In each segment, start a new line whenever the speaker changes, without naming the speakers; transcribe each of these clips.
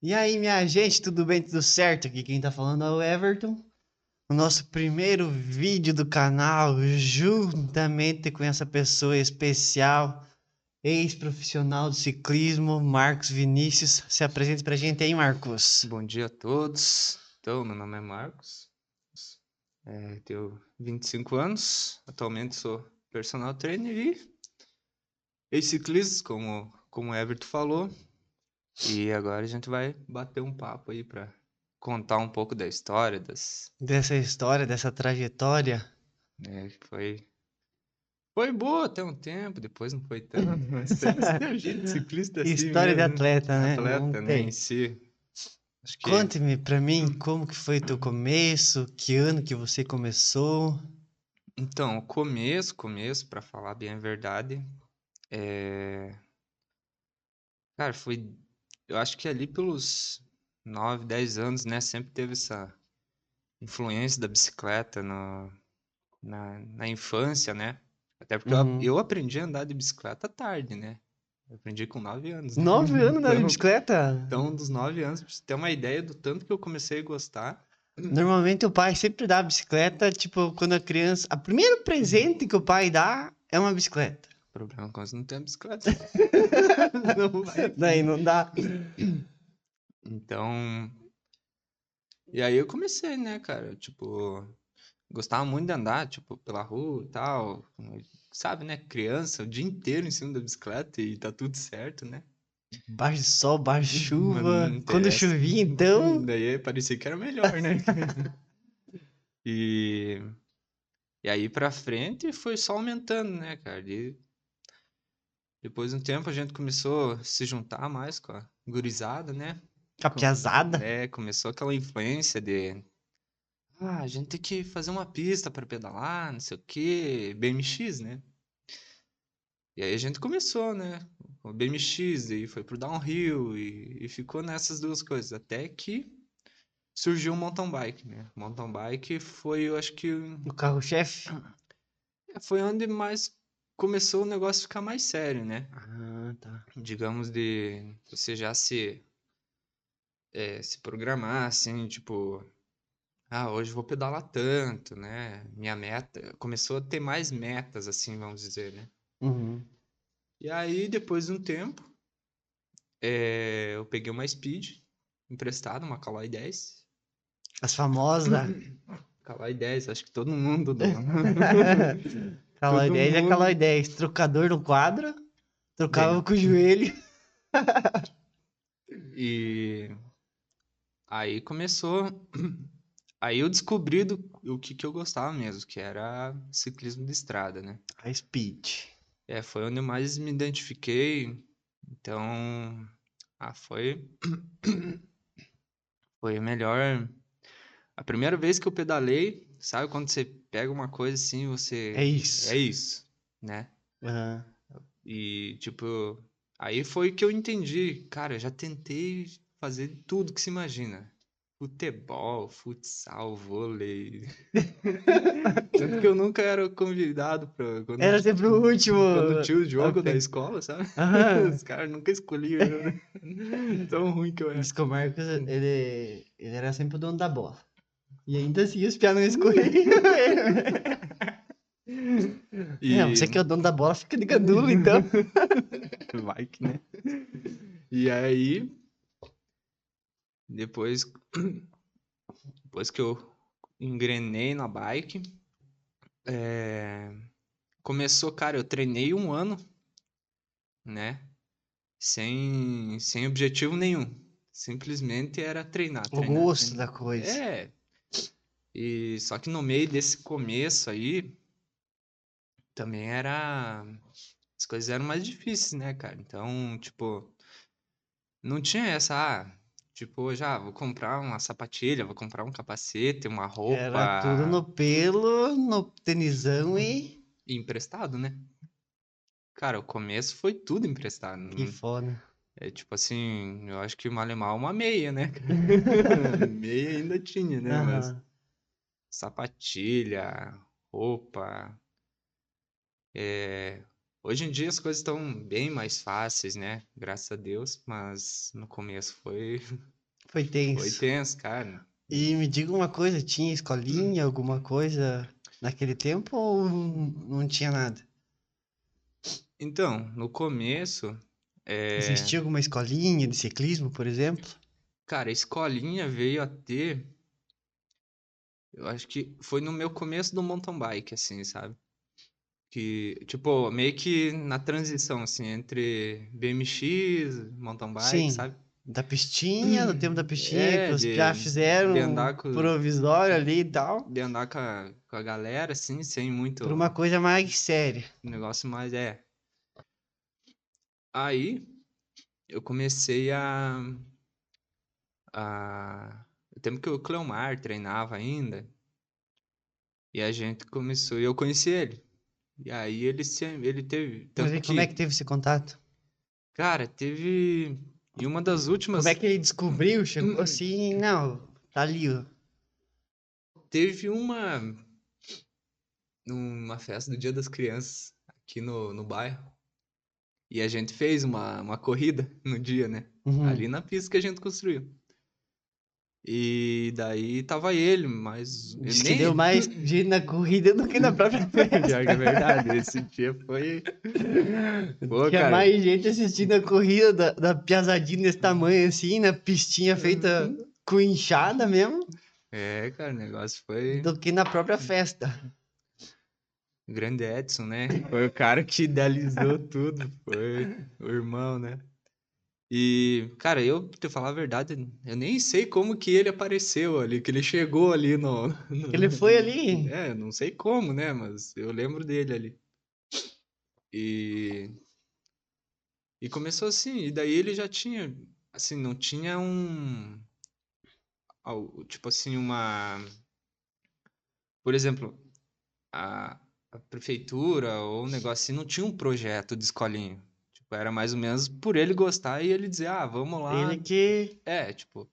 E aí, minha gente, tudo bem? Tudo certo? Aqui quem tá falando é o Everton. O nosso primeiro vídeo do canal, juntamente com essa pessoa especial, ex-profissional do ciclismo, Marcos Vinícius. Se apresente pra gente aí, Marcos.
Bom dia a todos. Então, meu nome é Marcos, é, tenho 25 anos, atualmente sou personal trainer e ex-ciclista, como, como o Everton falou. E agora a gente vai bater um papo aí para contar um pouco da história, das,
Dessa história, dessa trajetória.
né, que foi, foi boa até um tempo, depois não foi tanto, mas tem gente ciclista assim
História de
mesmo, né?
atleta, né? Não
atleta, né,
tem.
em si. Acho que
Conte-me pra mim como que foi teu começo, que ano que você começou.
Então, o começo, começo, para falar bem a verdade, é... Cara, foi... Eu acho que ali pelos 9, 10 anos, né? Sempre teve essa influência da bicicleta no... na... na infância, né? Até porque eu, a-
Uhum.
eu aprendi a andar de bicicleta tarde, né? Eu aprendi com 9 anos, né?
Nove anos na
Então-
bicicleta?
Então, dos 9 anos, pra você ter uma ideia do tanto que eu comecei a gostar.
Normalmente o pai sempre dá a bicicleta, tipo, quando a criança. O primeiro presente que o pai dá é uma bicicleta.
O problema é quando você não tem a bicicleta. Não vai
Daí não dá.
Então. E aí eu comecei, né, cara? Tipo, gostava muito de andar, tipo, pela rua e tal. Sabe, né? Criança, o dia inteiro em cima da bicicleta e tá tudo certo, né?
Baixo sol, baixo chuva.
Mas não
Quando
interessa.
chovia, então.
Daí parecia que era melhor, né? e. E aí pra frente foi só aumentando, né, cara? E depois de um tempo a gente começou a se juntar mais com a gurizada, né?
Capiazada.
É, começou aquela influência de. Ah, a gente tem que fazer uma pista para pedalar, não sei o quê, BMX, né? E aí a gente começou, né? O BMX, e foi pro downhill, e, e ficou nessas duas coisas. Até que surgiu o mountain bike, né? O mountain bike foi, eu acho que.
O carro-chefe.
Foi onde mais começou o negócio ficar mais sério, né?
Ah, tá.
digamos, de você já se, eh, se programar, assim, tipo, ah, hoje eu vou pedalar tanto, né? Minha meta. Começou a ter mais metas, assim, vamos dizer, né?
Uhum.
E aí, depois de um tempo, eh, eu peguei uma Speed emprestada, uma Caloi 10.
As famosas.
Caloi 10, acho que todo mundo dá. né?
Calói
Todo
10 é
mundo.
calói 10. Trocador no quadro. Trocava com o joelho.
E aí começou. Aí eu descobri do, o que, que eu gostava mesmo, que era ciclismo de estrada, né?
A speed.
É, foi onde eu mais me identifiquei. Então, ah, foi. Foi a melhor. A primeira vez que eu pedalei, sabe quando você pega uma coisa assim, você.
É isso.
É isso, né?
Aham.
E, tipo, aí foi que eu entendi. Cara, eu já tentei fazer tudo que se imagina. Futebol, futsal, vôlei. Tanto que eu nunca era convidado pra... Quando,
Era sempre o último.
quando tinha o jogo da
ok. Ah.
escola, sabe?
Aham.
Os caras nunca escolhiam eu, né? Tão ruim que eu era.
Diz que o Marcos,
Hum.
ele, ele era sempre o dono da bola. E ainda assim os
Hum.
piados não escorriam.
E... Hum.
É, você que é o dono da bola, fica de gandula, então.
Vai que, né? E aí, depois, depois que eu engrenei na bike, é, começou, cara, eu treinei um ano, né? Sem, sem objetivo nenhum. Simplesmente era treinar,
O
treinar,
gosto da coisa.
é. E só que no meio desse começo aí também era as coisas eram mais difíceis, né, cara? Então, tipo, não tinha essa, ah, tipo, já vou comprar uma sapatilha, vou comprar um capacete, uma roupa
Era tudo no pelo, no tenisão e.
e emprestado, né? Cara, o começo foi tudo emprestado.
Que
não-
foda.
É tipo assim, eu acho que mal e mal uma meia, né? cara? meia ainda tinha, né? Mas
Aham.
sapatilha, roupa, é, Hoje em dia as coisas estão bem mais fáceis, né? Graças a Deus, mas no começo foi,
Foi tenso.
foi tenso, cara.
E me diga uma coisa, tinha escolinha, alguma coisa naquele tempo ou não tinha nada?
Então, no começo, é,
Existia alguma escolinha de ciclismo, por exemplo?
cara, a escolinha veio a ter. Eu acho que foi no meu começo do mountain bike, assim, sabe? Que, tipo, meio que na transição, assim, entre BMX, mountain bike,
Sim.
sabe?
Da pistinha, no tempo da pistinha,
É,
que os
de-
piá fizeram
de andar com-
um provisório
Uhum.
ali e tal,
De andar com a, com a galera, assim, sem muito.
por uma coisa mais séria.
Um negócio mais é. Aí eu comecei a. a... O tempo que o Cleomar treinava ainda. E a gente começou. E eu conheci ele. E aí ele, se, ele teve.
Mas
Tanto
e como é que teve esse contato?
Cara, teve. E uma das últimas.
Como é que ele descobriu? Chegou
Hum.
assim, não, tá ali, ó.
Teve uma. Numa festa do Dia das Crianças aqui no, no bairro. E a gente fez uma, uma corrida no dia, né?
Uhum.
ali na pista que a gente construiu. E daí tava ele, mas. eu
Diz que
nem- Uhum.
deu mais gente na corrida do que na própria festa.
Pior que é verdade, esse dia foi. Pô,
Tinha
cara.
mais gente assistindo a corrida da, da piazadinha desse tamanho assim, na pistinha feita
Uhum.
com inchada mesmo,
É, cara, o negócio foi.
do que na própria festa.
O grande Edson, né? Foi o cara que idealizou tudo. Foi o irmão, né? E, cara, eu, pra te falar a verdade, eu nem sei como que ele apareceu ali, que ele chegou ali no. no-
Ele foi ali.
É, não sei como, né? Mas eu lembro dele ali. E. E começou assim, e daí ele já tinha. Assim, não tinha um. al- Tipo assim, uma. Por exemplo, a, a prefeitura ou um negócio assim não tinha um projeto de escolinha. Tipo, era mais ou menos por ele gostar e ele dizer, ah, vamos lá.
Ele que.
É, tipo,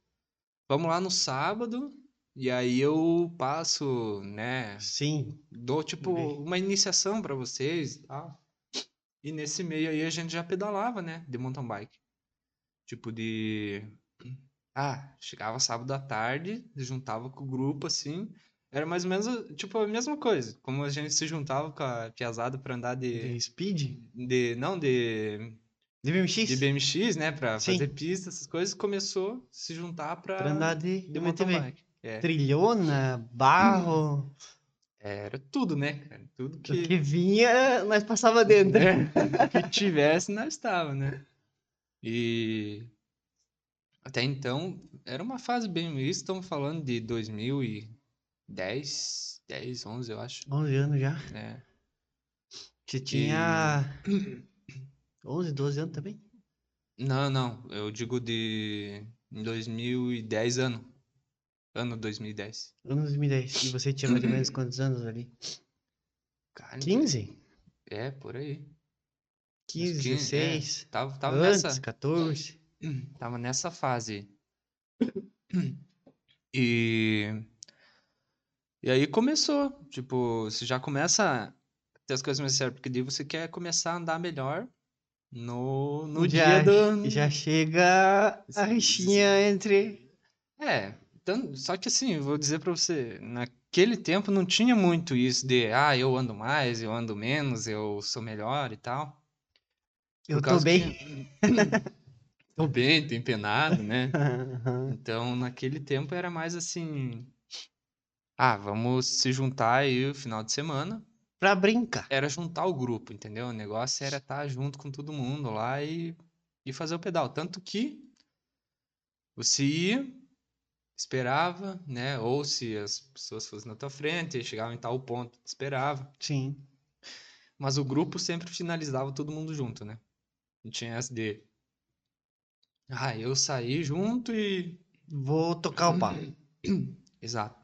vamos lá no sábado, e aí eu passo, né?
Sim.
Dou, tipo,
Bem.
uma iniciação pra vocês e tal. E nesse meio aí a gente já pedalava, né? De mountain bike. Tipo, de. Ah, chegava sábado à tarde, juntava com o grupo, assim. Era mais ou menos, tipo, a mesma coisa. Como a gente se juntava com a piazada pra andar de.
De speed?
de não, de
De BMX?
de BMX, né, Pra
Sim.
fazer pista, essas coisas, começou a se juntar pra,
Pra andar de,
de
de
mountain
MTV.
bike. É,
Trilhona, barro,
era tudo, né, cara? Tudo
o
que,
que É. vinha, nós passava dentro.
né, que tivesse, nós estava, né? E até então, era uma fase bem... Isso estamos falando de 2010, 10, 11, eu acho,
11 anos já.
né?
Você tinha. 11, 12 anos também?
Não, não, eu digo de em 2010 ano. Ano 2010.
Anos 2010. E você tinha mais ou menos quantos anos ali?
Cara,
15?
É, por aí.
15,
15, é.
16.
Tava, tava
Antes,
nessa...
14.
Tava nessa fase. E. E aí começou. Tipo, você já começa a ter as coisas mais certas, porque daí você quer começar a andar melhor no, no
Já-
dia do.
E já chega a
Sim,
rixinha entre.
É, então, só que assim, eu vou dizer pra você, naquele tempo não tinha muito isso de, ah, eu ando mais, eu ando menos, eu sou melhor e tal.
Eu
Por
tô
causa
bem.
que- hum, Tô bem, tô empenado, né?
Aham.
Então, naquele tempo era mais assim. Ah, vamos se juntar aí o final de semana.
pra brincar.
Era juntar o grupo, entendeu? O negócio era estar junto com todo mundo lá e, e fazer o pedal. Tanto que você ia, esperava, né? Ou se as pessoas fossem na tua frente, chegavam em tal ponto, esperava.
Sim.
Mas o grupo sempre finalizava todo mundo junto, né? Não tinha essa de. Ah, eu saí junto e
Vou tocar o pau.
Exato.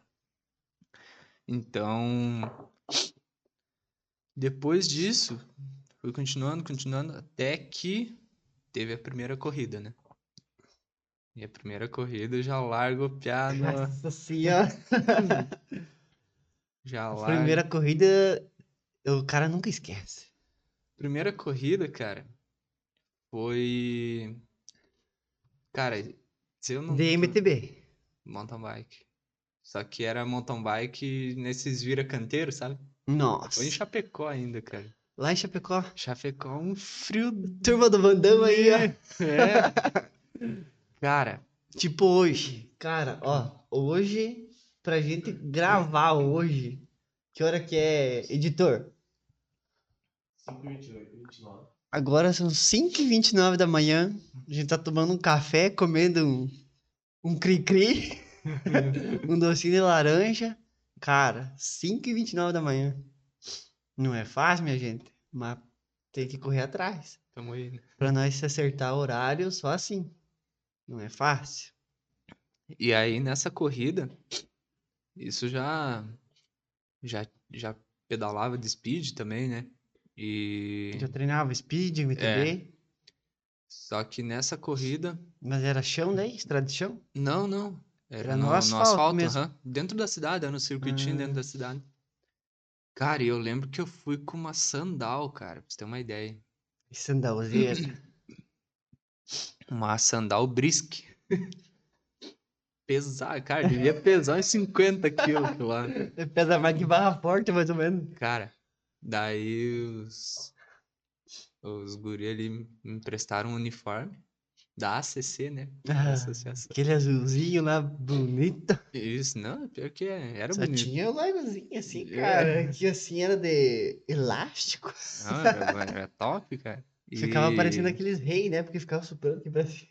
Então, depois disso, fui continuando, continuando, até que teve a primeira corrida, né? E a primeira corrida eu já largo o piá no-
Nossa senhora.
Já
A
largo. Tá
primeira corrida, o cara nunca esquece.
Primeira corrida, cara, foi. Cara, se eu não.
DMTB.
Mountain bike. Só que era mountain bike nesses vira-canteiro, sabe?
Nossa.
Foi em Chapecó ainda, cara.
Lá em Chapecó.
Chapecó, um frio.
Turma do Vandão aí, ó.
É. cara,
Tipo hoje. Cara, ó. Hoje, pra gente gravar hoje. Que hora que é, editor?
5,28, 29.
Agora são 5h29 da manhã. A gente tá tomando um café, comendo um, um cri-cri, um docinho de laranja. Cara, 5h29 da manhã. Não é fácil, minha gente, mas tem que correr atrás.
tamo aí. né?
Pra nós se acertar horário só assim. Não é fácil.
E aí nessa corrida, isso já. Já, já pedalava de speed também, né? E.
Eu treinava speed,
É.
MTB,
Só que nessa corrida.
mas era chão daí, estrada de chão.
Não, não. Era
Era
no,
no
no
asfalto
asfalto,
mesmo.
aham. dentro da cidade, era no circuitinho
Ah.
dentro da cidade. Cara, e eu lembro que eu fui com uma sandal, cara, pra você ter uma ideia.
E Sandalzeira.
Uma sandal brisk. Pesar, cara, devia pesar uns 50 quilos aquilo lá.
Pesa mais que barra forte, mais ou menos.
Cara, daí os, os guri ali me emprestaram um uniforme da ACC, né?
Ah,
Associação.
Aquele azulzinho lá, bonito.
Isso, não, pior que é, era
Só
bonito.
tinha o logozinho assim,
É.
cara, que assim era de elástico.
Não, era, era top, cara.
Ficava
Ah, E-
parecendo aqueles reis, né? Porque ficava soprando aqui pra cima.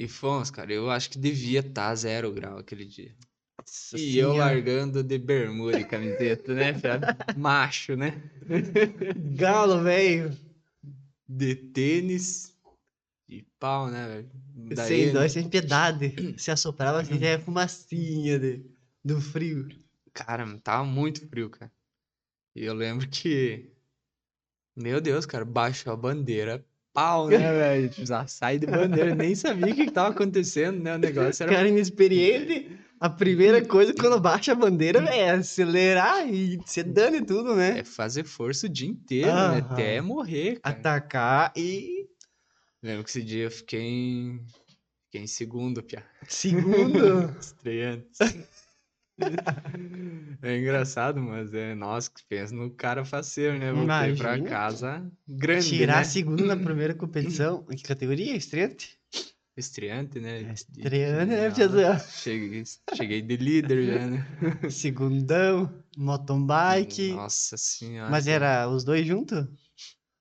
E fomos, cara, eu acho que devia estar zero grau aquele dia.
Nossa
e eu
senhora.
largando de bermuda e camiseta, né, Fábio? Macho, né?
Galo, velho.
De tênis e pau, né, velho?
Sem
Daí,
dó, e sem piedade. Se assoprava assim, já é fumacinha de, do frio.
cara, tava muito frio, cara. E eu lembro que, meu Deus, cara, baixou a bandeira, pau, né, velho? Já sai de bandeira, nem sabia o que que tava acontecendo, né? O negócio era
Cara inexperiente, a primeira coisa quando baixa a bandeira véi, é acelerar e você dane tudo, né?
é fazer força o dia inteiro, né?
Aham.
Até morrer, cara.
Atacar e
Lembro que esse dia eu fiquei em, fiquei em segundo, Pia.
segundo.
Estreante. é engraçado, mas é nós que pensa no cara faceiro, né? Voltei pra
Imagina.
casa grande,
Tirar
né?
segundo na primeira competição. Em que categoria? Estreante?
Estreante, né?
É, Estreante, né,
Nossa,
Piazão?
Cheguei, cheguei de líder já, né?
Segundão, motobike.
Nossa senhora.
Mas era os dois juntos?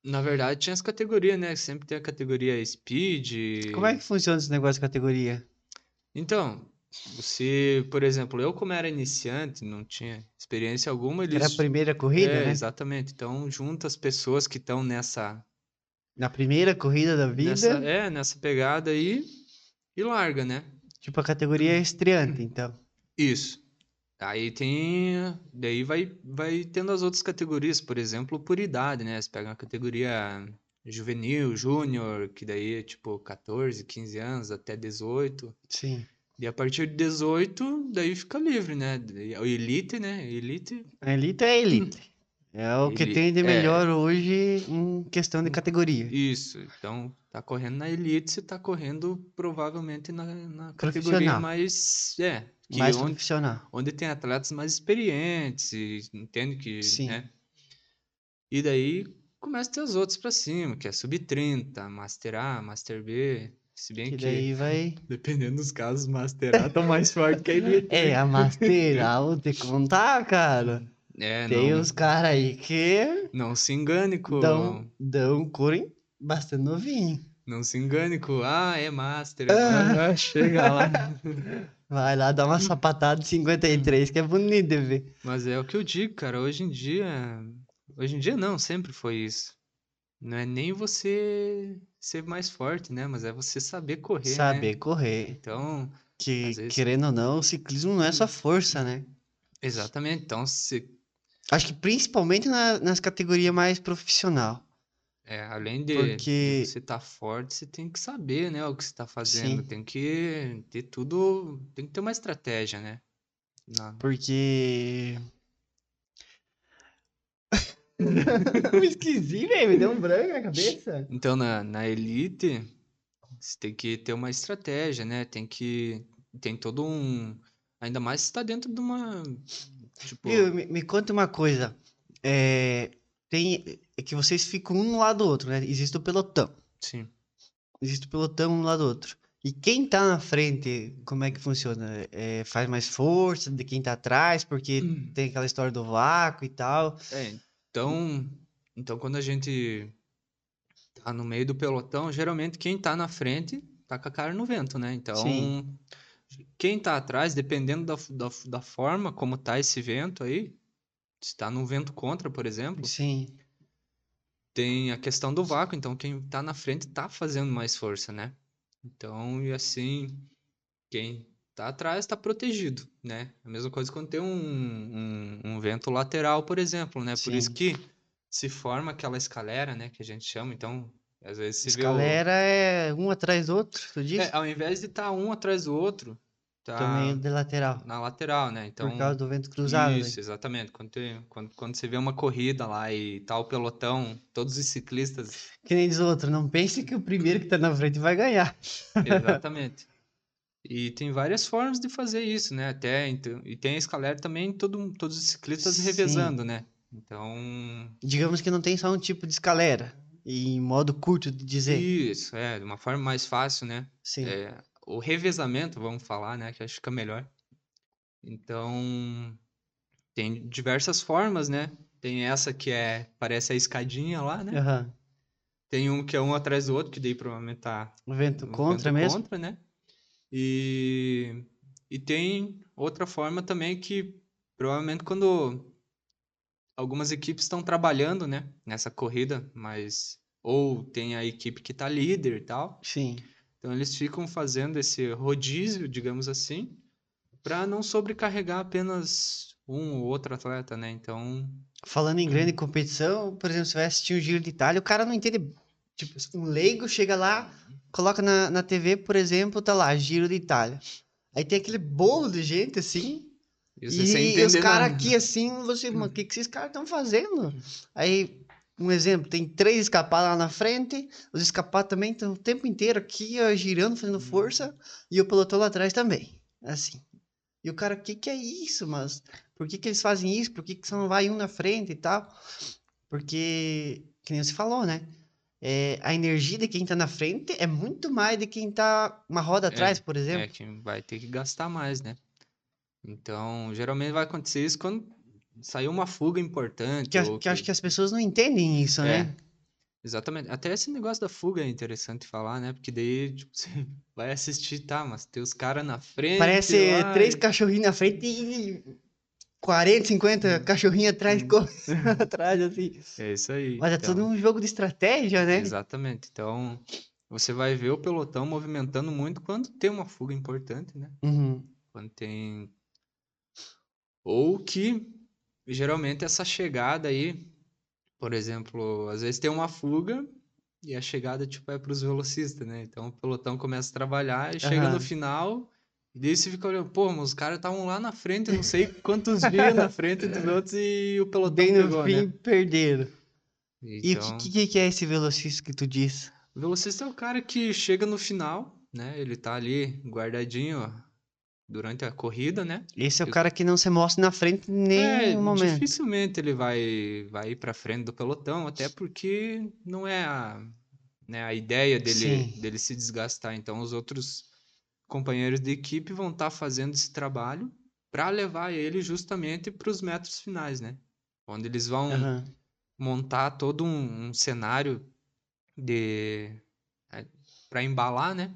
Na verdade, tinha as categorias, né? Sempre tem a categoria Speed.
Como é que funciona esse negócio de categoria?
Então, se, por exemplo, eu como era iniciante, não tinha experiência alguma, eles...
Era a primeira corrida,
É,
né?
exatamente. Então, junta as pessoas que estão nessa,
Na primeira corrida da vida,
nessa, é, nessa pegada aí e larga, né?
tipo a categoria estreante, então.
Isso. Aí tem, daí vai, vai tendo as outras categorias, por exemplo, por idade, né? Você pega uma categoria juvenil, júnior, que daí é tipo 14, 15 anos até 18.
Sim.
E a partir de 18, daí fica livre, né? O elite, né? Elite
A elite é a elite. É o que
Ele-
tem de
é.
melhor hoje em questão de categoria.
Isso, então tá correndo na elite, você tá correndo provavelmente na, na categoria
Profissional.
mais. É, que
Mais
onde,
profissional.
onde tem atletas mais experientes, e entende que.
Sim.
né? E daí começa a ter os outros pra cima, que é sub-30, Master A, Master B. Se bem
Que
que,
daí vai.
dependendo dos casos, Master A tá mais forte que a elite.
É, a Master, ah, vou te contar, cara.
É,
Tem
não,
uns caras aí que
não se engane com.
dão, dão cor em bastante novinho.
Não se engane com. Ah, é Master.
Ah.
ah, chega lá.
Vai lá dar
Hum.
uma sapatada de 53, que é bonito de ver.
Mas é o que eu digo, cara. Hoje em dia. Hoje em dia não, sempre foi isso. Não é nem você ser mais forte, né? Mas é você saber correr, né?
Saber correr.
Então,
Que,
Às vezes-
querendo ou não, o ciclismo não é só força, né?
exatamente. Então, se,
Acho que principalmente na- nas categorias mais profissional.
é, além de
Porque-
você estar forte, você tem que saber, né, o que você está fazendo.
Sim.
Tem que ter tudo. Tem que ter uma estratégia, né? Na-
Porque. Eu me esqueci, velho. Me deu um branco na cabeça.
Então, na, na elite, você tem que ter uma estratégia, né? Tem que. Tem todo um. Ainda mais se tá dentro de uma. Tipo.
Viu, me, me conta uma coisa. É, tem, é que vocês ficam um lado do outro, né? Existe o pelotão.
Sim.
Existe o pelotão um lado do outro. E quem tá na frente, como é que funciona? É, faz mais força de quem tá atrás, porque
Hum.
tem aquela história do vácuo e tal.
É, então. Então, quando a gente tá no meio do pelotão, geralmente quem tá na frente tá com a cara no vento, né? Então.
Sim.
Quem tá atrás, dependendo da, f- da, f- da forma como tá esse vento aí, se tá num vento contra, por exemplo,
Sim.
tem a questão do vácuo, então quem tá na frente tá fazendo mais força, né? Então, e assim, quem tá atrás tá protegido, né? A mesma coisa quando tem um, um, um vento lateral, por exemplo, né? Por isso
Sim.
que se forma aquela escalera, né? Que a gente chama, então, às vezes se vê
Escalera é um atrás do outro, tu
o...
diz?
É, ao invés de estar um atrás do outro, tá
Também é de lateral.
na lateral, né? Então...
Por causa do vento cruzado. né?
Isso, exatamente. Quando, tem- quando, quando você vê uma corrida lá e tal pelotão, todos os ciclistas
Que nem diz o outro, não pense que o primeiro que tá na frente vai ganhar.
Exatamente. E tem várias formas de fazer isso, né? Até então, e tem a escalera também, todo, todos os ciclistas
Sim.
revezando, né? Então,
Digamos que não tem só um tipo de escalera. E em modo curto de dizer.
isso, é, de uma forma mais fácil, né?
Sim.
É, o revezamento, vamos falar, né? Que acho que fica melhor. Então, tem diversas formas, né? Tem essa que é, parece a escadinha lá, né?
Aham.
Tem um que é um atrás do outro, que daí provavelmente tá
O vento
um
contra
vento
mesmo?
contra, né? E, e tem outra forma também que provavelmente quando algumas equipes estão trabalhando, né, nessa corrida, mas ou tem a equipe que tá líder e tal,
Sim.
então eles ficam fazendo esse rodízio, digamos assim, para não sobrecarregar apenas um ou outro atleta, né? Então,
Falando em grande competição, por exemplo, se vai assistir o Giro de Itália, o cara não entende. Tipo, um leigo chega lá, coloca na, na TV, por exemplo, tá lá, Giro de Itália. Aí tem aquele bolo de gente assim,
isso é sem
E, e os
entender
caras
nada. Hum.
aqui assim, você, mano, o que, que esses caras estão fazendo? Aí, um exemplo, tem três escapados lá na frente, os escapados também estão o tempo inteiro aqui, ó, girando,
Hum.
fazendo força, e o pelotão lá atrás também. Assim. E o cara, o que, que é isso, mas por que, que eles fazem isso? Por que, que só não vai um na frente e tal? Porque, que nem você falou, né? É, a energia de quem tá na frente é muito mais de quem tá uma roda
É,
atrás, por exemplo.
É, que vai ter que gastar mais, né? Então, geralmente vai acontecer isso quando saiu uma fuga importante.
Que, a-
ou
que acho que é as pessoas não entendem isso,
É.
né?
Exatamente. Até esse negócio da fuga é interessante falar, né? Porque daí, tipo, você vai assistir, tá, mas tem os caras na frente.
Parece
lá,
três
e-
cachorrinhos na frente e 40,
Hum.
50 cachorrinhos atrás, correndo atrás, assim.
É isso aí.
Mas é
então,
todo um jogo de estratégia, né?
Exatamente. Então, você vai ver o pelotão movimentando muito quando tem uma fuga importante, né?
Uhum.
Quando tem. Ou que geralmente essa chegada aí, por exemplo, às vezes tem uma fuga e a chegada tipo é para os velocistas, né? Então o pelotão começa a trabalhar e chega
Aham.
no final e daí você fica olhando, pô, mas os caras estavam lá na frente, não sei quantos dias na frente dos outros e o pelotão
Bem no
pegou,
fim,
né?
perderam. E o
Então,
que, que- que é esse velocista que tu diz?
o velocista é o cara que chega no final, né? Ele tá ali guardadinho ó, durante a corrida, né?
Esse é o
Eu-
cara que não se mostra na frente em nenhum
É,
um momento.
dificilmente ele vai, vai ir para frente do pelotão, até porque não é a, né, a ideia dele,
Sim.
dele se desgastar. Então, os outros companheiros de equipe vão estar fazendo esse trabalho para levar ele justamente para os metros finais, né? Onde eles vão
Aham.
montar todo um, um cenário de para embalar, né?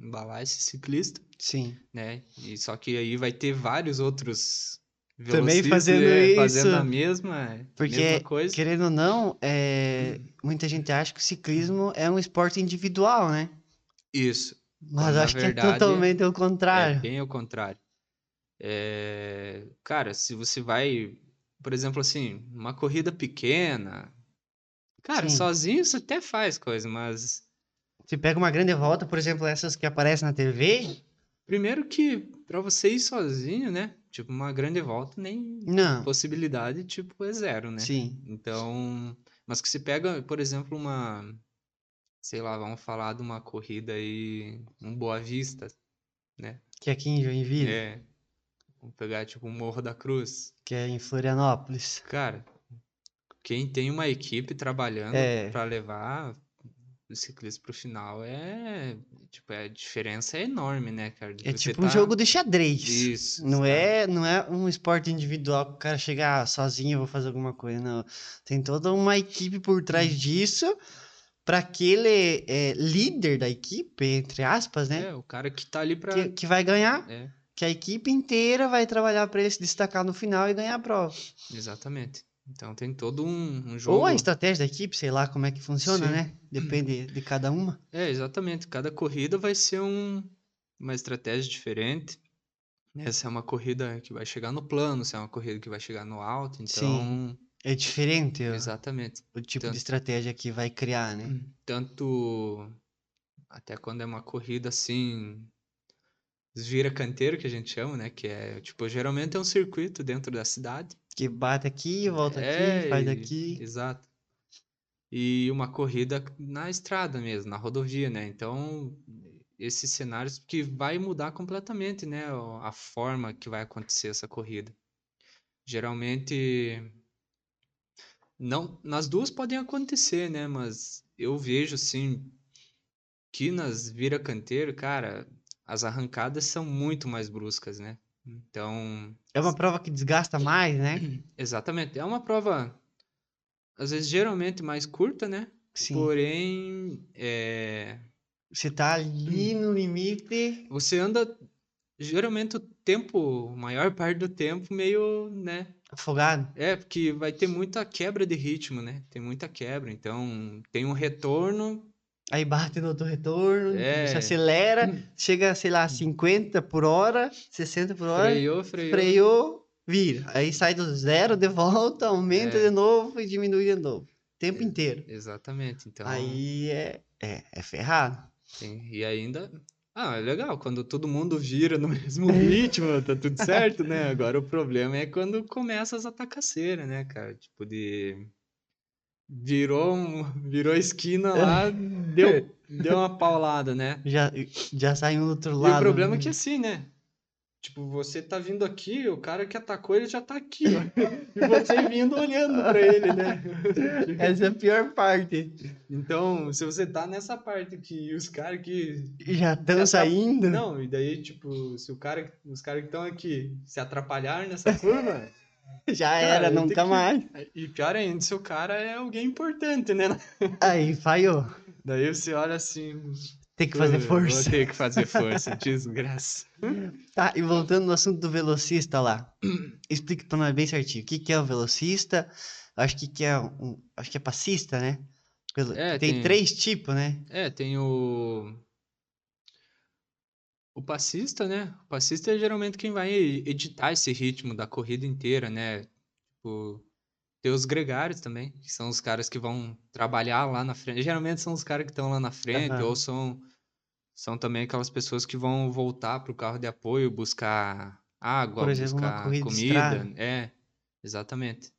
Embalar esse ciclista,
Sim.
né? E só que aí vai ter vários outros
Também
velocistas,
fazendo
é,
isso.
fazendo a mesma,
Porque, é
mesma coisa.
Querendo ou não, é, muita gente acha que o ciclismo é um esporte individual, né?
Isso.
Mas
na
acho que é
verdade,
totalmente o
É
contrário.
bem ao contrário. É, Cara, se você vai, por exemplo, assim, uma corrida pequena, cara,
Sim.
sozinho você até faz coisa, mas
Você pega uma grande volta, por exemplo, essas que aparecem na TV,
primeiro que pra você ir sozinho, né? Tipo, uma grande volta, nem
Não,
possibilidade, tipo, é zero, né?
sim.
Então, mas que se pega, por exemplo, uma, sei lá, vamos falar de uma corrida aí, um Boa Vista,
Que é aqui em Joinville,
é, vamos pegar tipo o Morro da Cruz.
que é em Florianópolis.
Cara, quem tem uma equipe trabalhando
É.
pra levar o ciclista pro final é, tipo, é- a diferença é enorme, né, cara?
É
Você
tipo um
tá-
jogo de xadrez.
Isso,
Não
sabe?
é, não é um esporte individual que o cara chega "Ah, sozinho, eu vou fazer alguma coisa, não. Tem toda uma equipe por trás
Uhum.
disso para aquele é, líder da equipe, entre aspas, né?
É, o cara que tá ali pra.
Que, que vai ganhar,
É,
que a equipe inteira vai trabalhar para ele se destacar no final e ganhar a prova.
exatamente. Então tem todo um, um jogo.
Ou a estratégia da equipe, sei lá como é que funciona,
Sim.
né? Depende de cada uma.
É, exatamente. Cada corrida vai ser um, uma estratégia diferente. Né? Se é uma corrida que vai chegar no plano, se é uma corrida que vai chegar no alto, então.
É diferente o-
Exatamente.
o tipo
Tanto-
de estratégia que vai criar, né?
Tanto até quando é uma corrida assim. Vira canteiro que a gente chama, né? Que é tipo, geralmente é um circuito dentro da cidade.
Que bate aqui, volta aqui,
É,
faz
e-
aqui.
Exato. E uma corrida na estrada mesmo, na rodovia, né? Então, esses cenários que vai mudar completamente, né? o- A forma que vai acontecer essa corrida. Geralmente, não, nas duas podem acontecer, né? Mas eu vejo assim que nas vira canteiro, cara, as arrancadas são muito mais bruscas, né? Então,
É uma prova que desgasta mais, né?
Exatamente. É uma prova, às vezes, geralmente mais curta, né?
Sim.
Porém, é,
Você tá ali
Hum.
no limite.
você anda geralmente o tempo, a maior parte do tempo, meio, né?
Afogado.
É, porque vai ter muita quebra de ritmo, né? Tem muita quebra. Então, tem um retorno.
Aí bate no outro retorno,
É. Hum.
se acelera, chega, sei lá, 50 por hora, 60 por hora, freio,
Freou, freou.
vira. Aí sai do zero, de volta, aumenta
É.
de novo e diminui de novo. O tempo inteiro.
Exatamente. Então,
Aí é, é, é ferrado.
tem- e ainda. Ah, é legal, quando todo mundo vira no
É.
mesmo ritmo, tá tudo certo, né? Agora o problema é quando começa as atacaceiras, né, cara? Tipo de. Virou, um... virou a esquina lá, deu, deu uma paulada, né?
Já, já sai um do outro
E
lado.
o problema é
né?
que assim, né? Tipo, você tá vindo aqui, o cara que atacou, ele já tá aqui, ó. E você vindo olhando pra ele, né?
Essa é a pior parte.
Então, se você tá nessa parte que os caras que
Já estão
tá-
saindo.
Não, e daí, tipo, se o cara, os caras que estão aqui se atrapalhar nessa curva,
já
Cara,
era,
eu tenho
nunca
que-
mais.
e pior ainda, se o cara é alguém importante, né?
Aí falhou.
Daí você olha assim.
Tem que fazer
"Pô,
força.
Vou ter que fazer força, desgraça.
Tá, e voltando no assunto do velocista lá. Explica pra nós bem certinho. O que, que é o velocista? Acho que, que é um. Acho que é passista, né? Velo-
É,
tem,
tem-
três tipos, né?
É, tem o. O passista, né? O passista é geralmente quem vai editar esse ritmo da corrida inteira, né? Tipo, tem os gregários também, que são os caras que vão trabalhar lá na frente. Geralmente são os caras que estão lá na frente,
Aham.
ou são, são também aquelas pessoas que vão voltar pro carro de apoio, buscar água,
Por exemplo, uma
buscar
corrida de
comida.
estrada.
É, exatamente.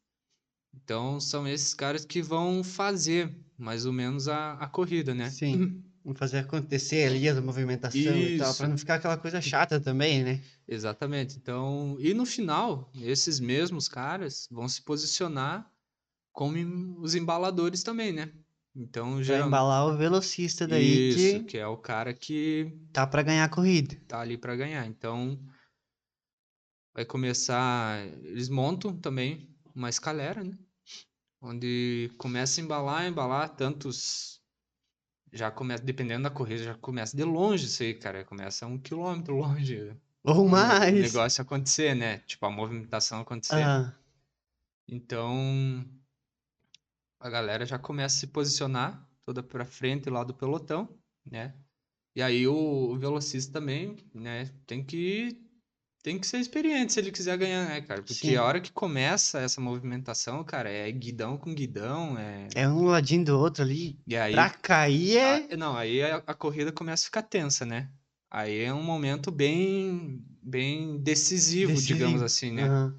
Então são esses caras que vão fazer mais ou menos a, a corrida, né?
Sim. Vamos fazer acontecer ali as movimentações e tal, pra
Isso.
não ficar aquela coisa chata também, né?
Exatamente. Então, e no final, esses mesmos caras vão se posicionar como em- os embaladores também, né? Então,
Já
geralmente
embalar o velocista É daí
isso,
que
que é o cara que
tá pra ganhar a corrida.
tá ali para ganhar. Então, vai começar, eles montam também uma escalera, né? Onde começa a embalar, embalar tantos já começa, dependendo da corrida, já começa de longe isso aí, cara. Começa um quilômetro longe.
Ou
o ne-
mais.
O Hum, negócio acontecer, né? Tipo, a movimentação acontecer.
Ah,
Então, a galera já começa a se posicionar toda pra frente lá do pelotão, né? E aí o, o velocista também, né? Tem que tem que ser experiente se ele quiser ganhar, né, cara? Porque
Sim.
a hora que começa essa movimentação, cara, é guidão com guidão, é
é um ladinho do outro ali.
e aí
Pra cair é.
a- não, aí a, a corrida começa a ficar tensa, né? Aí é um momento bem, bem decisivo,
Decisivo.
digamos assim, né?
Aham.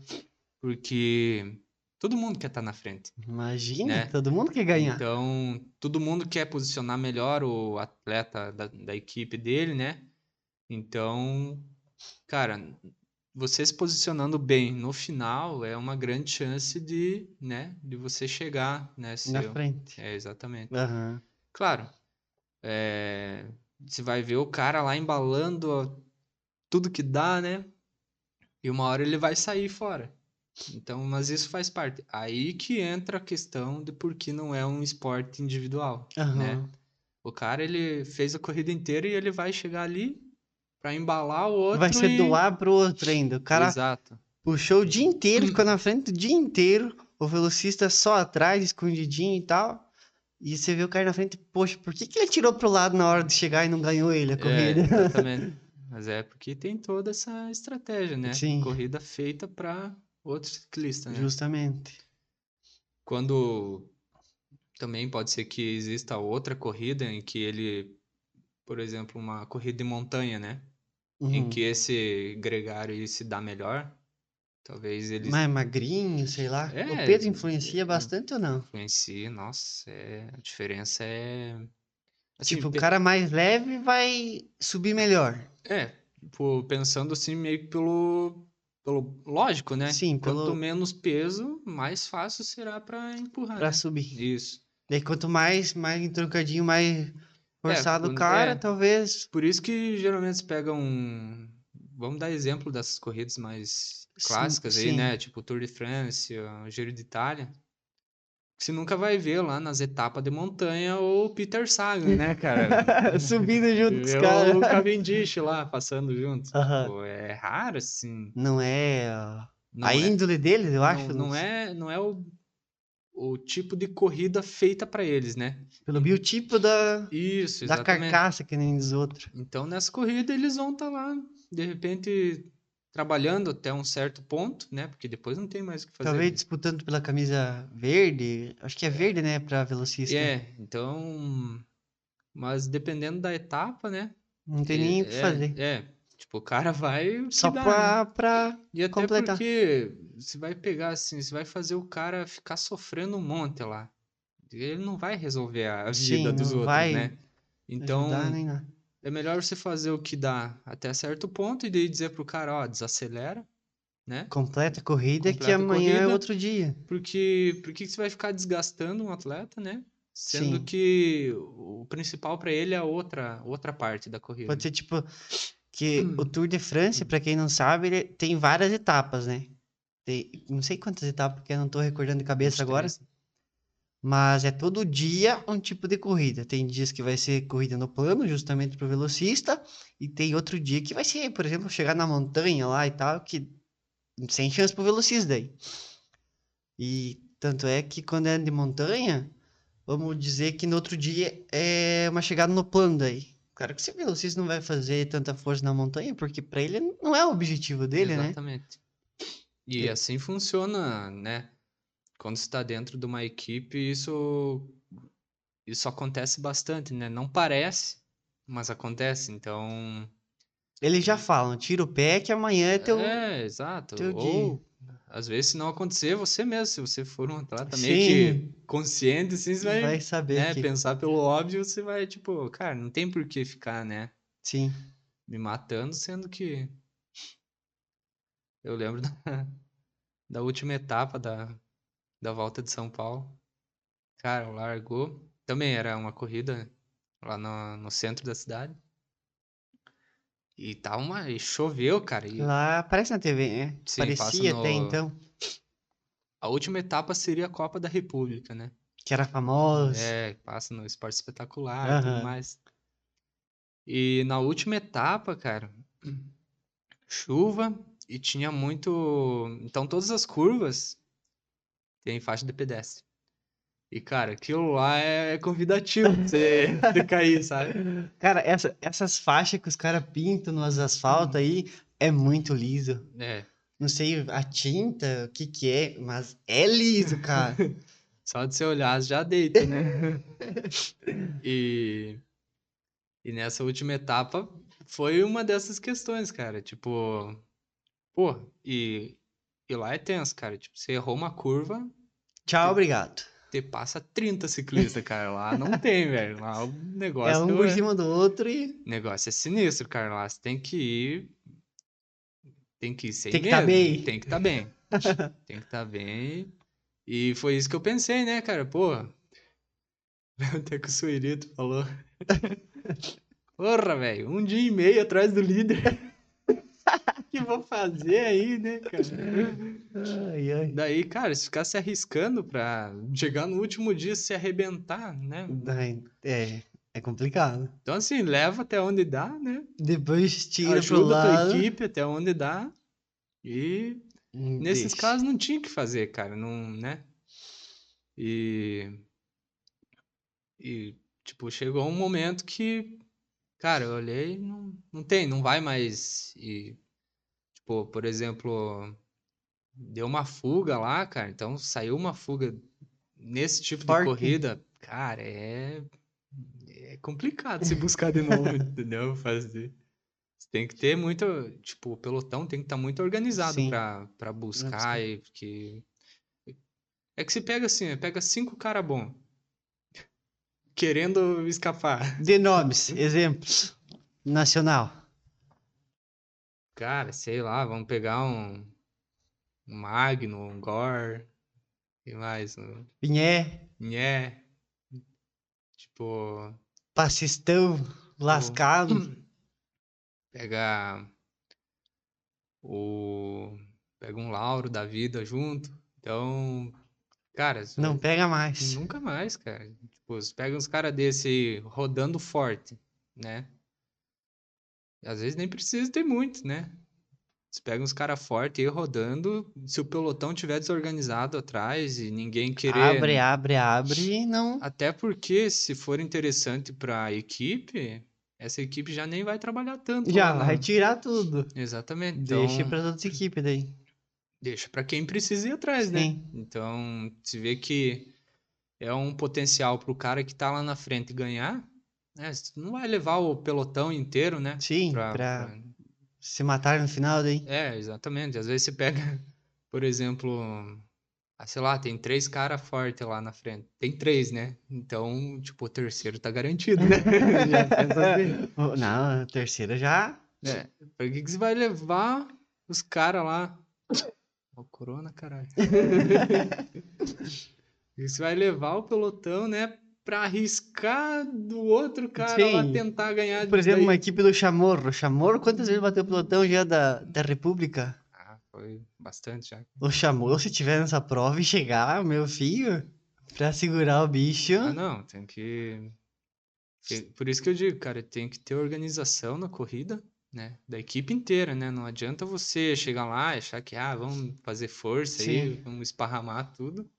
Porque todo mundo quer estar na frente.
Imagina,
Né?
todo mundo quer ganhar.
Então, todo mundo quer posicionar melhor o atleta da, da equipe dele, né? Então, cara, você se posicionando bem no final é uma grande chance de, né, de você chegar, né?
na
seu-
frente.
É, exatamente.
Aham.
Claro, é, você vai ver o cara lá embalando a- tudo que dá, né? E uma hora ele vai sair fora. Então, mas isso faz parte. Aí que entra a questão de por que não é um esporte individual, né?
Aham.
O cara, ele fez a corrida inteira e ele vai chegar ali pra embalar o outro
Vai ser
e...
do lado pro outro ainda. O cara
Exato.
puxou o dia inteiro, ficou na frente o dia inteiro. O velocista só atrás, escondidinho e tal. E você vê o cara na frente, poxa, por que, que ele tirou pro lado na hora de chegar e não ganhou ele a
É,
corrida?
exatamente. Mas é porque tem toda essa estratégia, né?
Sim.
Corrida feita pra outro ciclista, né?
Justamente.
Quando também pode ser que exista outra corrida em que ele, por exemplo, uma corrida de montanha, né? Em
Uhum.
que esse gregário ele se dá melhor. Talvez ele
Mais é magrinho, sei lá.
É,
o peso influencia bastante ou não?
influencie. Nossa, é- a diferença é. Assim,
tipo, o
pe-
cara mais leve vai subir melhor.
É, tipo, pensando assim, meio que pelo. Pelo lógico, né?
Sim,
Quanto
pelo-
menos peso, mais fácil será pra empurrar,
Pra
né?
subir.
Isso.
Daí quanto mais, mais entroncadinho, mais forçado o
É, quando-
cara,
é.
talvez.
Por isso que geralmente você pega um. Vamos dar exemplo dessas corridas mais
Sim,
clássicas aí,
sim.
né? Tipo Tour de France, o Giro de Itália. Você nunca vai ver lá nas etapas de montanha o Peter Sagan, né, cara?
Subindo junto com os
Vê
caras.
o Cavendish lá, passando junto.
Aham.
Pô, é raro, assim.
Não é ó,
Não
a
é-
índole deles, eu
não-
acho.
Não,
sei.
é, não é o, o tipo de corrida feita pra eles, né?
Pelo biotipo da,
Isso,
da
exatamente.
carcaça, que nem diz outro.
Então, nessa corrida, eles vão estar lá, de repente, trabalhando até um certo ponto, né? Porque depois não tem mais o que fazer.
Talvez disputando pela camisa verde. Acho que é verde, né? Pra velocista.
É, então. Mas dependendo da etapa, né?
Não tem
e-
nem o que
é,
fazer.
É, tipo, o cara vai. se
Só
dar, né?
pra, pra
E até
completar.
porque você vai pegar assim, você vai fazer o cara ficar sofrendo um monte lá. Ele não vai resolver a
Sim,
vida dos
não
outros,
vai
né? Então,
ajudar né? nem nada.
É melhor você fazer o que dá até certo ponto e daí dizer pro cara, ó, desacelera, né?
Completa a corrida que
Completa a
amanhã é
corrida.
outro dia.
Porque por que que você vai ficar desgastando um atleta, né? Sendo
Sim.
que o principal pra ele é a outra, outra parte da corrida.
Pode ser tipo que
Hum.
o Tour de France, pra quem não sabe, ele tem várias etapas, né? Tem, não sei quantas etapas, porque eu não tô recordando de cabeça
Acho que
agora.
tem-
Mas é todo dia um tipo de corrida. Tem dias que vai ser corrida no plano, justamente pro velocista, e tem outro dia que vai ser, por exemplo, chegar na montanha lá e tal, que sem chance pro velocista daí. E tanto é que quando é de montanha, vamos dizer que no outro dia é uma chegada no plano daí. Claro que esse velocista não vai fazer tanta força na montanha, porque pra ele não é o objetivo dele, né?
Exatamente. E
É.
assim funciona, né? Quando você tá dentro de uma equipe, isso isso acontece bastante, né? Não parece, mas acontece. Então,
Eles já falam, tira o pé que amanhã é teu.
É, exato.
teu dia.
Ou, às vezes, se não acontecer, você mesmo, se você for um atleta meio que consciente, assim, você vai,
vai saber
né,
que.
pensar pelo óbvio, você vai, tipo, cara, não tem por que ficar, né,
Sim.
me matando, sendo que eu lembro da, da última etapa da, da volta de São Paulo. Cara, largou. Também era uma corrida lá no, no centro da cidade. E tá uma. E choveu, cara. E
Lá aparece na TV, né?
Sim, passa
Parecia até
no-
então,
a última etapa seria a Copa da República, né?
que era famosa.
É, passa no esporte espetacular e
Aham.
tudo mais. E na última etapa, cara, chuva e tinha muito. Então, todas as curvas tem faixa de pedestre. E, cara, aquilo lá é convidativo pra você de cair, sabe?
Cara, essa- essas faixas que os caras pintam nos asfalto aí é muito liso.
É,
Não sei a tinta, o que que é, mas é liso, cara.
só de você olhar já deita, né? E, e nessa última etapa foi uma dessas questões, cara. Tipo, pô, e, e lá é tenso, cara. Tipo, você errou uma curva,
Tchau, obrigado.
você passa 30 ciclistas, cara. Lá não tem, velho. Lá o
É
negócio
um por cima do outro e
negócio é sinistro, cara. Lá você tem que ir. Tem que ir sem
Tem que
medo.
tá bem.
Tem que estar bem. tem que estar bem. E foi isso que eu pensei, né, cara? Pô. Até que o Suirito falou. Porra, velho. Um dia e meio atrás do líder. O que vou fazer aí, né, cara?
ai, ai.
Daí, cara, se ficar se arriscando pra chegar no último dia e se arrebentar, né?
Ai, É, é complicado.
Então, assim, leva até onde dá, né?
Depois tira pro
ajuda a
lado.
tua equipe até onde dá. E nesses
Hum, Deixa.
casos não tinha o que fazer, cara, não, né? E e tipo, chegou um momento que cara, eu olhei, não, não tem, não vai mais e tipo, por exemplo, deu uma fuga lá, cara, então saiu uma fuga nesse tipo
Forte.
de corrida, cara, é é complicado se buscar de novo, entendeu? Fazer você tem que ter muito, tipo, o pelotão tem que estar muito organizado
Sim.
pra para buscar
buscar.
e porque é que se pega assim, pega cinco cara bom querendo escapar.
De nomes, exemplos. Nacional.
Cara, sei lá, vamos pegar um, um Magno, um Gore, e mais um
Pinhé,
Nhé. Tipo,
Passistão, Lascado.
pega o pega um Lauro da vida junto. Então, cara, isso-
Não pega mais.
Nunca mais, cara. Tipo, você pega uns caras desse aí, rodando forte, né? Às vezes nem precisa ter muito, né? Você pega uns caras fortes aí rodando. Se o pelotão tiver desorganizado atrás e ninguém querer. né?
Abre, abre, abre e não.
Até porque, se for interessante pra equipe, essa equipe já nem vai trabalhar tanto.
Já
lá, né?
vai tirar tudo.
Exatamente. Então,
Deixa para outra equipe daí.
deixa pra quem precisa ir atrás, né?
Sim.
Então, se vê que é um potencial pro cara que tá lá na frente ganhar, né? Você Não vai levar o pelotão inteiro, né?
Sim,
Pra-
pra,
pra-
se matar no final daí.
É, exatamente. Às vezes você pega, por exemplo, ah, sei lá, tem três caras fortes lá na frente. Tem três, né? Então, tipo, o terceiro tá garantido, né? Já pensa assim.
Oh, Não, a terceira já.
É, pra que, que você vai levar os caras lá? Ó, o corona, caralho. Você vai levar o pelotão, né? Pra arriscar do outro cara lá
Sim.
tentar ganhar.
Por exemplo, uma
daí.
equipe do Chamorro. Chamorro, quantas vezes bateu o pelotão já da, da República?
Ah, foi bastante já.
O Chamorro, se tiver nessa prova e chegar, meu filho, pra segurar o bicho.
Ah, não, tem que. tem- Por isso que eu digo, cara, tem que ter organização na corrida, né? Da equipe inteira, né? Não adianta você chegar lá e achar que, ah, vamos fazer força aí, vamos esparramar tudo.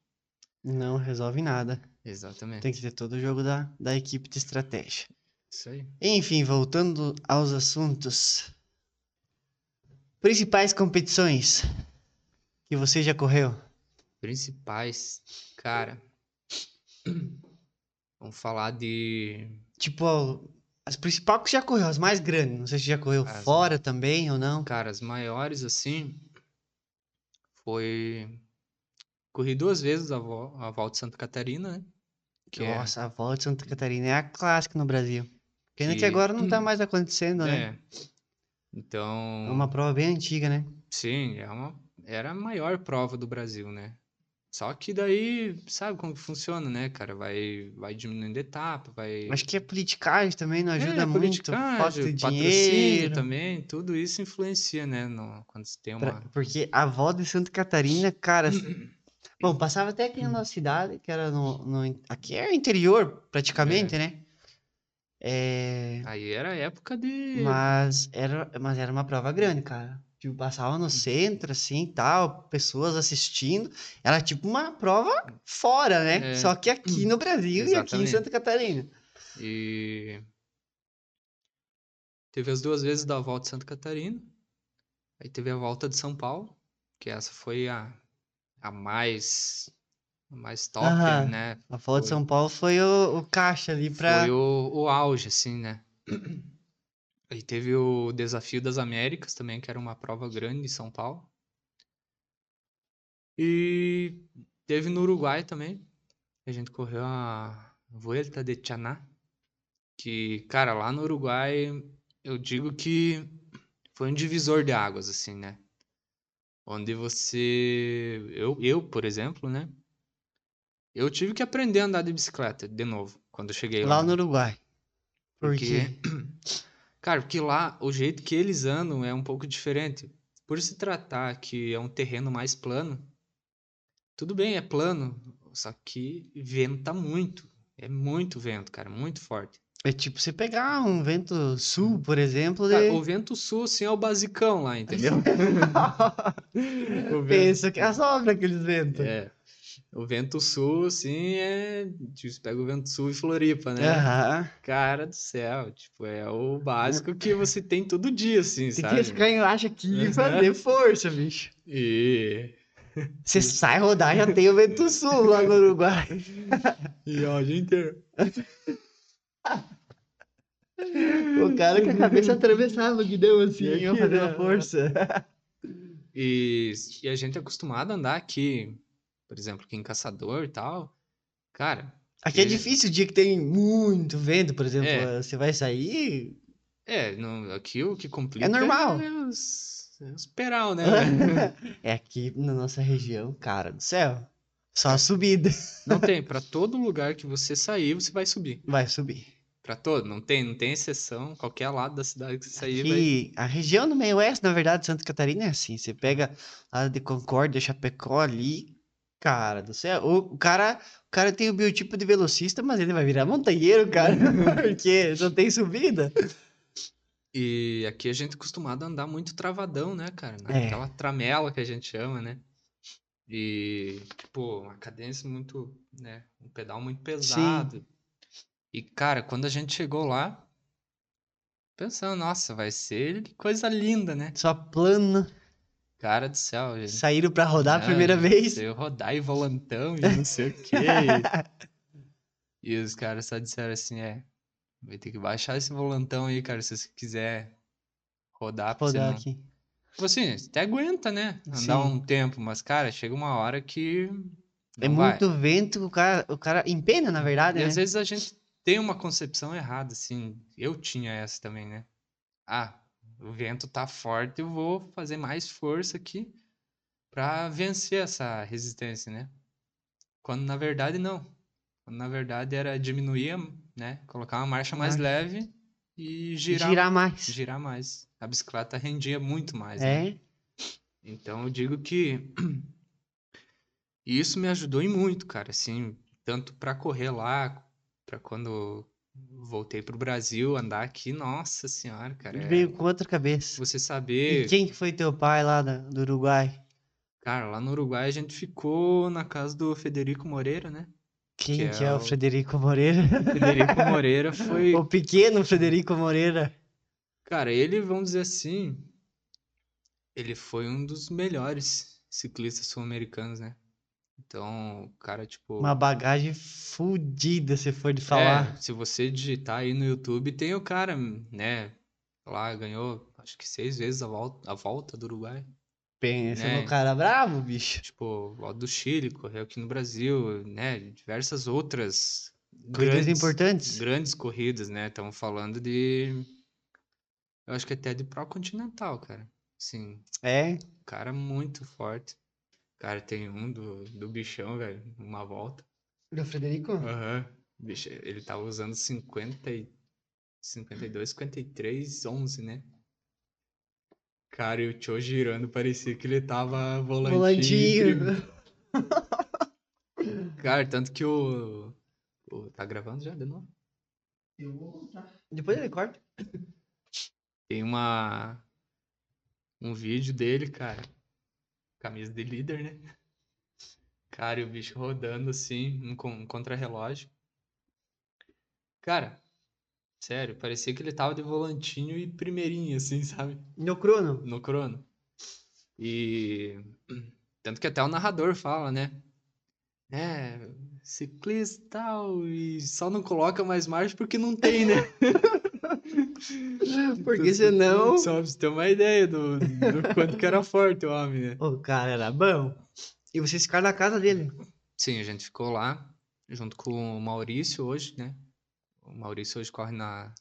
Não resolve nada.
Exatamente.
Tem que ter todo o jogo da, da equipe de estratégia.
Isso aí.
Enfim, voltando aos assuntos. Principais competições que você já correu?
Principais, cara. Vamos falar de.
Tipo, ó, as principais que você já correu, as mais grandes. Não sei se você já correu
As-
fora também ou não.
Cara, as maiores, assim. Foi. Corri duas vezes a, vo- a volta de Santa Catarina, né? Que é-
Nossa, a volta de Santa Catarina é a clássica no Brasil. Pena que,
Que- hum.
agora não tá mais acontecendo, né?
é. Então.
É uma prova bem antiga, né?
Sim, é uma, era a maior prova do Brasil, né? Só que daí, sabe como que funciona, né, cara? Vai, vai diminuindo etapa, vai.
Acho que a politicagem também não ajuda
É,
muito. Falta de
politicagem,
dinheiro.
também, tudo isso influencia, né? no- quando você tem
Pra-
uma.
Porque a avó de Santa Catarina, cara. bom, passava até aqui na nossa cidade, que era no. no in- aqui é interior, praticamente, né? É,
Aí era a época de.
mas, era, mas era uma prova grande, cara. Tipo, passava
Hum.
no centro, assim tal, pessoas assistindo. Era tipo uma prova fora, né?
É.
Só que aqui no Brasil e aqui em
Exatamente.
Santa Catarina.
E. Teve as duas vezes da volta de Santa Catarina. Aí teve a volta de São Paulo, que essa foi a, a mais. A mais top,
Aham.
né?
A volta de
Foi.
São Paulo foi o, o caixa ali pra.
Foi o, o auge, assim, né? E Aí teve o Desafio das Américas também, que era uma prova grande em São Paulo. E teve no Uruguai também. A gente correu a Vuelta de Chaná. Que, cara, lá no Uruguai, eu digo que foi um divisor de águas, assim, né? Onde você. Eu, eu por exemplo, né? Eu tive que aprender a andar de bicicleta de novo, quando eu cheguei lá.
Lá no Uruguai. Por
né? Porque-
quê?
Cara, porque lá o jeito que eles andam é um pouco diferente. Por se tratar que é um terreno mais plano, tudo bem, é plano, só que venta muito. É muito vento, cara, muito forte.
É tipo você pegar um vento sul, por exemplo,
Cara,
de...
Uhum. Tá, o vento sul, assim, é o basicão lá, entendeu? o vento,
Pensa que é só pra aqueles ventos.
é. O vento sul, assim, é. Tipo, você pega o vento sul e Floripa, né?
Aham.
Cara do céu, tipo, é o básico que você tem todo dia, assim,
Tem
sabe?
aqueles ganhos, acha que
Aham.
fazer força, bicho.
E
Você sai rodar, já tem o vento sul lá no Uruguai.
E é ó, o dia inteiro.
O cara com a cabeça atravessava o guidão assim,
E
eu
aqui,
fazendo
né?
força.
E, e a gente é acostumado a andar aqui, por exemplo, aqui em Caçador e tal. Cara,
Aqui é
E-
difícil o dia que tem muito vento, por exemplo. eh,
É.
Você vai sair.
é, não, aqui o que complica
normal.
é os, é os peral, né?
é aqui na nossa região, cara do céu. Só subida.
não tem, pra todo lugar que você sair, você vai subir.
Vai subir.
Pra todo, não tem, não tem exceção, qualquer lado da cidade que você sair vai.
E a região do meio oeste, na verdade, Santa Catarina é assim. Você pega a de Concórdia, Chapecó ali. Cara do céu. O o cara, o cara tem o biotipo de velocista, mas ele vai virar montanheiro, cara. Porque não tem subida.
E aqui a gente é acostumado a andar muito travadão, né, cara?
É.
Naquela tramela que a gente chama, né? E, tipo, uma cadência muito, né? Um pedal muito pesado. E, cara, quando a gente chegou lá, pensando, nossa, vai ser que coisa linda, né?
Só plano.
Cara do céu, gente.
Saíram pra rodar a
Não,
primeira
gente,
vez.
Ah, Eu rodar e volantão e não sei o quê. E- E, os caras só disseram assim, é, vai ter que baixar esse volantão aí, cara, se você quiser rodar, pra você
Rodar
não...
aqui.
Tipo assim, você até aguenta, né? Andar
Sim.
um tempo, mas, cara, chega uma hora que.
É
não Então vai.
muito vento, o cara, o cara empena, na verdade,
E
né?
às vezes a gente tem uma concepção errada, assim. Eu tinha essa também, né? Ah, o vento tá forte, eu vou fazer mais força aqui pra vencer essa resistência, né? Quando na verdade não. Quando na verdade era diminuir, né? Colocar uma marcha mais
Marcha.
leve e girar,
Girar, mais.
girar. mais. A bicicleta rendia muito mais, né?
é.
Então eu digo que isso me ajudou e muito, cara, assim, tanto pra correr lá, pra quando voltei pro Brasil, andar aqui, nossa senhora, cara, é
Veio com outra cabeça.
você
E
saber,
quem que foi teu pai lá da- do Uruguai?
cara, lá no Uruguai a gente ficou na casa do Federico Moreira, né?
Quem que
Que
é,
é
o
o-
Frederico Moreira?
Federico Moreira foi,
o pequeno Frederico Moreira.
cara, ele, vamos dizer assim, ele foi um dos melhores ciclistas sul-americanos, né? Então, cara, tipo,
Uma bagagem fodida, se for de
É,
falar.
se você digitar aí no YouTube, tem o cara, né? Lá ganhou, acho que seis vezes a volta, a volta do Uruguai.
Pensa
né?
no é cara bravo, bicho.
Tipo, volta do Chile, correu aqui no Brasil, né? Diversas outras
Coisas
grandes,
importantes.
grandes corridas, né? Estamos falando de. Eu acho que até de Pro Continental, cara. Sim,
É.
cara muito forte. Cara, tem um do, do bichão, velho, uma volta.
Do Frederico?
Aham. Bicho, ele tava usando 50 e... 52, 53, 11, né? Cara, e o Cho girando, parecia que ele tava volantinho.
Volantinho.
Cara, tanto que o... o- Tá gravando já de novo?
Depois ele corta.
Tem uma... Um vídeo dele, cara. Camisa de líder, né? Cara, e o bicho rodando assim, um, con- um contrarrelógio. Cara, sério, parecia que ele tava de volantinho e primeirinho, assim, sabe?
No crono.
no crono. E tanto que até o narrador fala, né? É, ciclista e tal, e só não coloca mais marcha porque não tem, né? Porque senão. Só pra você ter uma ideia do, do quanto que era forte o homem, né?
O cara era bom. E vocês ficaram na casa dele.
Sim, a gente ficou lá, junto com o Maurício hoje, né? O Maurício hoje corre na.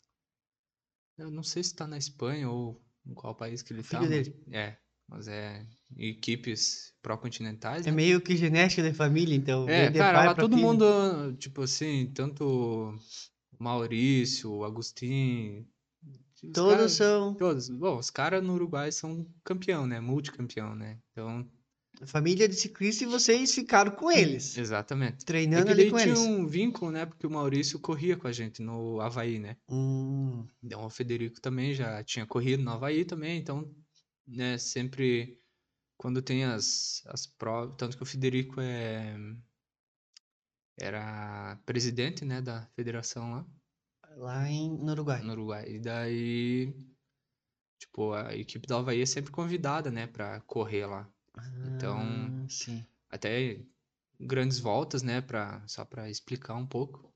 Eu não sei se tá na Espanha ou em qual país que ele
Filho
tá. mas-
dele.
É, mas é em equipes pró-continentais.
É
né?
meio que genética da família, então.
É,
vem de
cara,
pai
lá
pra
todo
filho.
mundo, tipo assim, tanto o Maurício, o Agostinho. os
Todos
caras-
são.
Todos. Bom, os caras no Uruguai são campeão, né? Multicampeão, né? Então,
Família de ciclista e vocês ficaram com eles.
exatamente. É
Treinando
que
ali
daí
com
tinha
eles.
um vínculo, né? Porque o Maurício corria com a gente no Havaí, né?
Hum,
Então, o Federico também já tinha corrido no Havaí também, então, né, sempre quando tem as, as provas, tanto que o Federico é, era presidente, né, da federação lá
lá em, no Uruguai.
no Uruguai, e daí, tipo, a equipe do Havaí é sempre convidada, né, pra correr lá. Então-
Ah, Sim.
até grandes voltas, né, para só para explicar um pouco.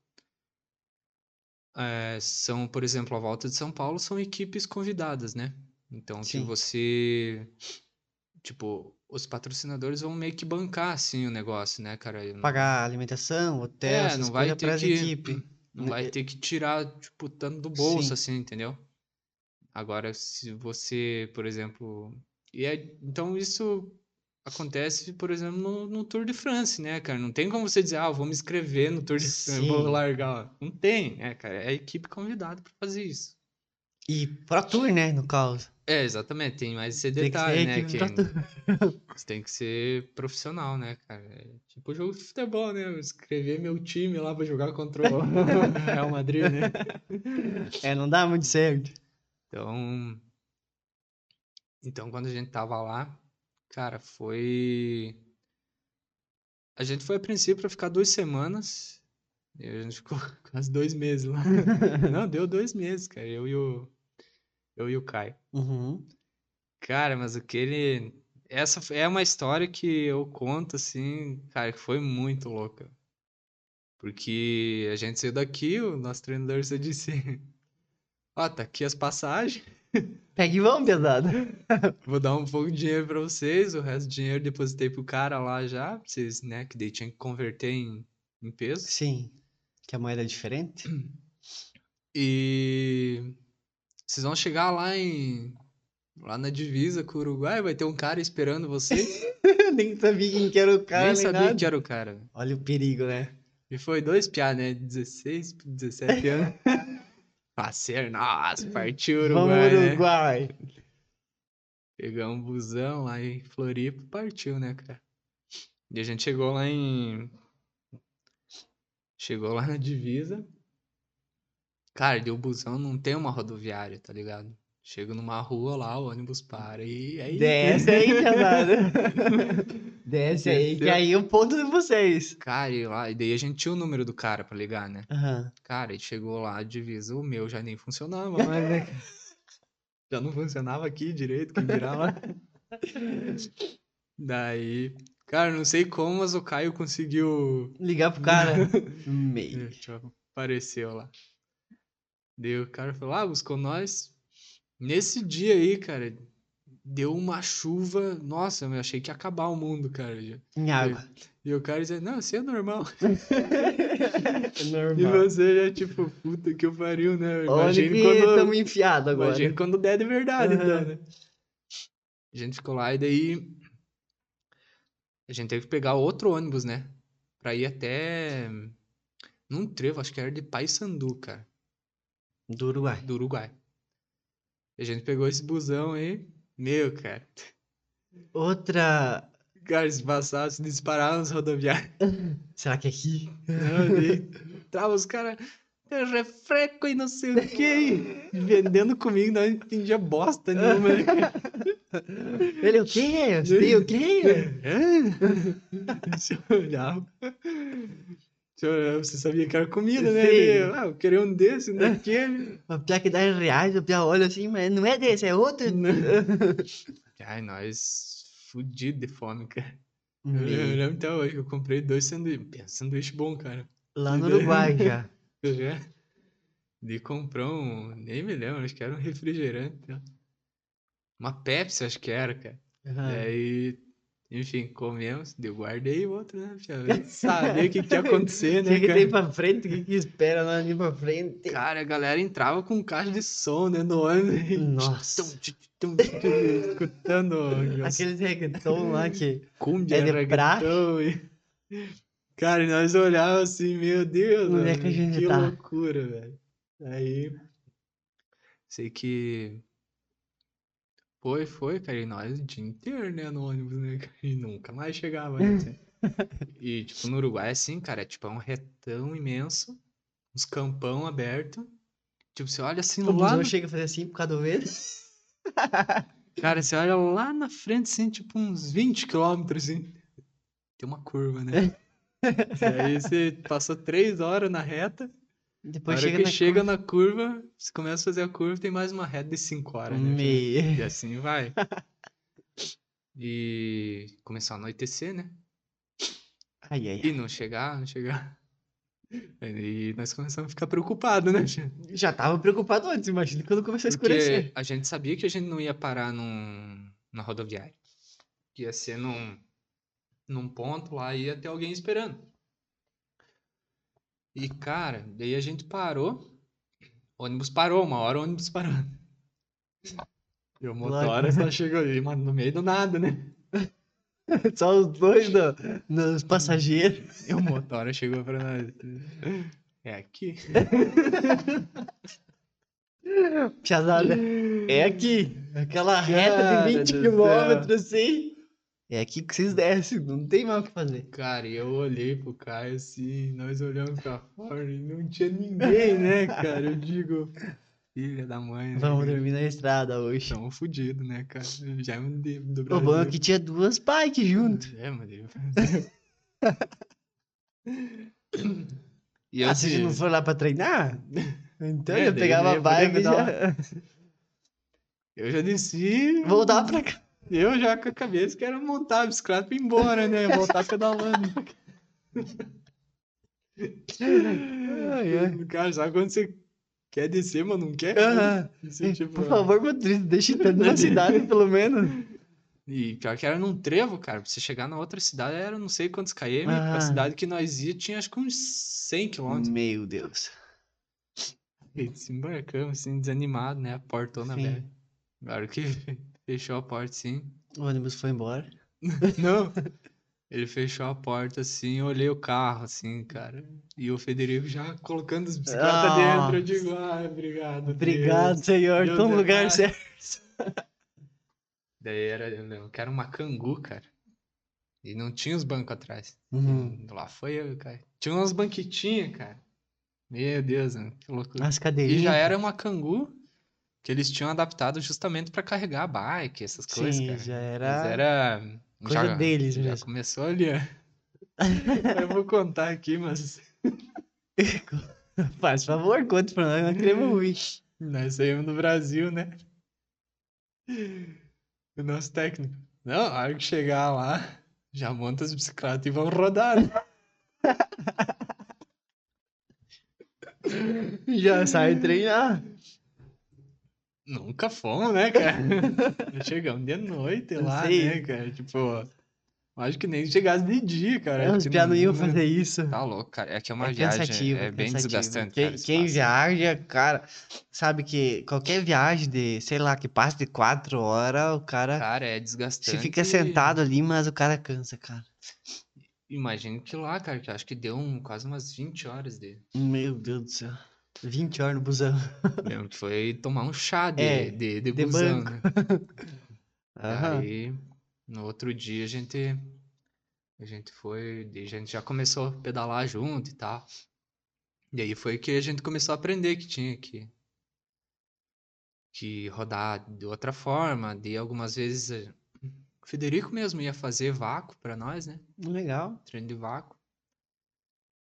Eh, são, por exemplo, a volta de São Paulo são equipes convidadas, né? Então que
Sim.
você tipo, os patrocinadores vão meio que bancar assim o negócio, né, cara? Eu não-
Pagar alimentação, hotel,
É,
essas
não vai
coisas
ter
pras
que- hum.
equipe.
Não
né,
vai
eh,
ter que tirar, tipo, tanto do bolso,
Sim.
assim, entendeu? Agora, se você, por exemplo. E é- então, isso acontece, por exemplo, no, no Tour de France, né, cara? Não tem como você dizer, ah, eu vou me inscrever no Tour de France, vou
Sim.
largar. Não tem, né, cara? É a equipe convidada pra fazer isso.
E Pro Tour, né, no caso.
É, exatamente, tem mais esse
Tem que ser
detalhe, né?
equipe
Que
Pro Tour.
você tem que ser profissional, né, cara? É tipo jogo de futebol, né? Eu Escrever meu time lá pra jogar contra o Real Madrid, né?
É, não dá muito certo.
Então, então quando a gente tava lá, cara, foi a gente foi a princípio pra ficar duas semanas e a gente ficou quase dois meses lá. Não, deu dois meses, cara. Eu e o eu e o Caio.
Uhum.
Cara, mas aquele essa f- é uma história que eu conto assim, cara, que foi muito louca. Porque a gente saiu daqui, o nosso treinador só disse: Ó, tá aqui as passagens.
Pega e vamos, pesado.
Vou dar um pouco de dinheiro pra vocês, o resto do dinheiro eu depositei pro cara lá já, pra vocês, né, que daí tinha que converter em, em peso.
Sim. Que a moeda é diferente.
E vocês vão chegar lá em lá na divisa com o Uruguai, vai ter um cara esperando vocês.
nem sabia quem que era o cara,
Nem
nem
sabia
nada.
que era o cara.
Olha o perigo, né?
E foi dois piá, né, 16, 17 anos. Parceiro, nossa, partiu Uruguai,
vamos,
né?
Uruguai.
Pegamos um busão lá em Floripa, partiu, né, cara? E a gente chegou lá em. Chegou lá na divisa. Cara, deu busão, não tem uma rodoviária, tá ligado? Chego numa rua lá, o ônibus para e é aí.
Desce aí, pesado. Desce aí, que
Desceu.
aí é o ponto de vocês.
Cara, e lá, e daí a gente tinha o número do cara pra ligar, né?
Aham.
Cara, e chegou lá a divisa, o meu já nem funcionava mais, né? cara? Já não funcionava aqui direito, quem dirá lá. Daí, cara, não sei como, mas o Caio conseguiu.
Ligar pro cara. Meio.
Tipo, Apareceu lá. Daí o cara falou: ah, buscou nós. Nesse dia aí, cara, deu uma chuva. Nossa, eu achei que ia acabar o mundo, cara. já.
Em água.
E o cara dizia: não, isso é normal.
É
E
normal.
você já, tipo, puta que eu pariu, né?
Onde
Imagina
que
quando.
estamos enfiados agora?
Imagina quando der de verdade, então,
Aham.
né? A gente ficou lá e daí. A gente teve que pegar outro ônibus, né? Pra ir até. Num trevo, acho que era de Paysandu, cara,
Do Uruguai.
do Uruguai. A gente pegou esse busão aí. Meu, cara.
Outra.
Cara, se passar, se disparar nas rodoviárias.
Será que é aqui?
Não, daí Tava os caras. "É Refreco e não sei o que. Vendendo comigo, não entendia bosta nenhuma. né, cara?
Ele, é o quê? Você tem o quê?
Você olhava. Você olhava, você sabia que era comida, né?
Sim.
Ele, ah, eu queria um desse, um daquele.
O pior é que dá em reais, o pior olha assim, mas não é desse, é outro.
Ai, nós fudido de fome, cara. Eu, eu
Meio.
lembro até hoje que eu comprei dois sanduíches. Pensa, sanduíche bom, cara.
Lá no Uruguai já.
Eu já- de comprar um. Nem me lembro, acho que era um refrigerante. né? Uma Pepsi, acho que era, cara.
Aham.
Daí, enfim, comemos, deu guardei o outro, né? Pra ver, saber o que, que ia acontecer,
O
né,
que, que
cara?
tem pra frente? O que, que espera lá ali pra frente?
Cara, a galera entrava com caixa de som, né? No ônibus. e
Nossa.
tchum, tchum, tchum, tchum, tchum, Escutando as
Aqueles reggaeton lá que.
cumbia,
é de
reggaeton né, e... Cara, e nós olhávamos assim, meu Deus,
Onde é que a
mano,
gente
que
tá?
loucura, velho. Aí, sei que... Foi, foi, cara, e nós o dia inteiro, né, no ônibus, né, cara, e nunca mais chegava, né, assim. E, tipo, no Uruguai, assim, cara, é tipo, é um retão imenso, uns campão aberto, tipo, você olha assim
O
lá
busão
no
um chega a fazer assim por causa do vento.
Cara, você olha lá na frente, assim, tipo uns 20 quilômetros, assim. Tem uma curva, né? E aí você passou três horas na reta, a
Depois
hora
chega
que
na
chega na curva, você começa a fazer a curva, tem mais uma reta de cinco horas, né?
Meio.
E assim vai. E começou a anoitecer, né?
Ai, ai.
E não chegar, não chegar. E nós começamos a ficar preocupados, né? gente?
Já tava preocupado antes, imagina quando começou a escurecer.
Porque a gente sabia que a gente não ia parar num, na rodoviária. Ia ser num, num ponto lá, ia ter alguém esperando. E, cara, daí a gente parou. ônibus parou, uma hora o ônibus parou. E o motora só chegou ali, mano, no meio do nada, né?
Só os dois no, nos passageiros.
E o motora chegou pra nós. É aqui.
Piazada. É aqui.
É, tá
Aquela reta
Cara
de 20
do
quilômetros, assim. É aqui que vocês descem, não tem mal o que fazer.
Cara, eu olhei pro Caio assim, nós olhamos pra fora e não tinha ninguém, né, cara? Eu digo, filha da mãe, né?
Vamos
cara?
dormir na estrada hoje.
Estamos fudidos, né, cara? Já me de- do
O
Brasil.
bom é que tinha duas bikes junto.
É, meu Deus. E eu
ah, se
assim,
não for lá pra treinar? Então
É,
eu
daí
pegava
já
a
ia poder
bike e
pedalar.
já
eu já desci,
voltava pra cá.
eu já com a cabeça que era montar a bicicleta e ir embora, né? Voltar pedalando.
Ai, ai.
Cara, sabe quando você quer descer, mas não quer?
Aham.
Assim, tipo,
Por favor, motorista, deixa entrando na
Né?
cidade, pelo menos.
E pior que era num trevo, cara. Pra você chegar na outra cidade era não sei quantos km.
Ah.
A cidade que nós ia tinha acho que uns 100 km.
Meu Deus.
E desembarcamos, assim, desanimado, né? A portona
Hum. Sim.
aberta. Na hora que fechou a porta, assim.
O ônibus foi embora.
Não! Ele fechou a porta, assim, eu olhei o carro, assim, cara. E o Federico já colocando as bicicletas
Ah.
dentro. Eu digo, ai, obrigado.
Obrigado,
Deus."
senhor.
Deus
Tô
é
no lugar
mais.
certo.
Daí era, eu lembro que era uma cangu, cara. E não tinha os bancos atrás.
Uhum.
Lá foi eu, cara. Tinha umas banquetinhas, cara. Meu Deus, mano, que loucura.
As
E
cadeirinhas.
já era uma cangu que eles tinham adaptado justamente pra carregar a bike, essas coisas,
Sim,
cara.
já
Mas
era.
era.
coisa
já,
deles
já
mesmo.
começou ali, ó. Eu vou contar aqui, mas
Faz favor, conta pra nós, um nós queremos ouvir.
nós saímos do Brasil, né? O nosso técnico. Não, a hora que chegar lá, já monta as bicicletas e vão rodar. né?
Já sai treinar.
Nunca fomos, né, cara? Nós Chegamos de noite
Eu
lá,
sei.
né, cara? Tipo, eu acho que nem chegasse de dia, cara.
É,
acho
Os
que
piados
não-
iam fazer isso.
Tá louco, cara. É que é uma
é
viagem,
cansativo,
é bem
cansativo.
desgastante,
Quem,
cara, esse
quem
passo.
viaja, cara, sabe que qualquer viagem de, sei lá, que passa de quatro horas, o cara.
Cara, é desgastante.
Você fica sentado ali, mas o cara cansa, cara.
Imagino que lá, cara, que eu acho que deu um, quase umas 20 horas de...
Meu Deus do céu. 20 horas no busão.
Lembro que foi tomar um chá de,
É,
de, de,
de
busão,
banco.
né?
Aham.
Aí, no outro dia, a gente, a gente foi, daí a gente já começou a pedalar junto e tal. E aí foi que a gente começou a aprender que tinha que, que rodar de outra forma. De algumas vezes, eh, o Federico mesmo ia fazer vácuo pra nós, né?
Legal.
Treino de vácuo.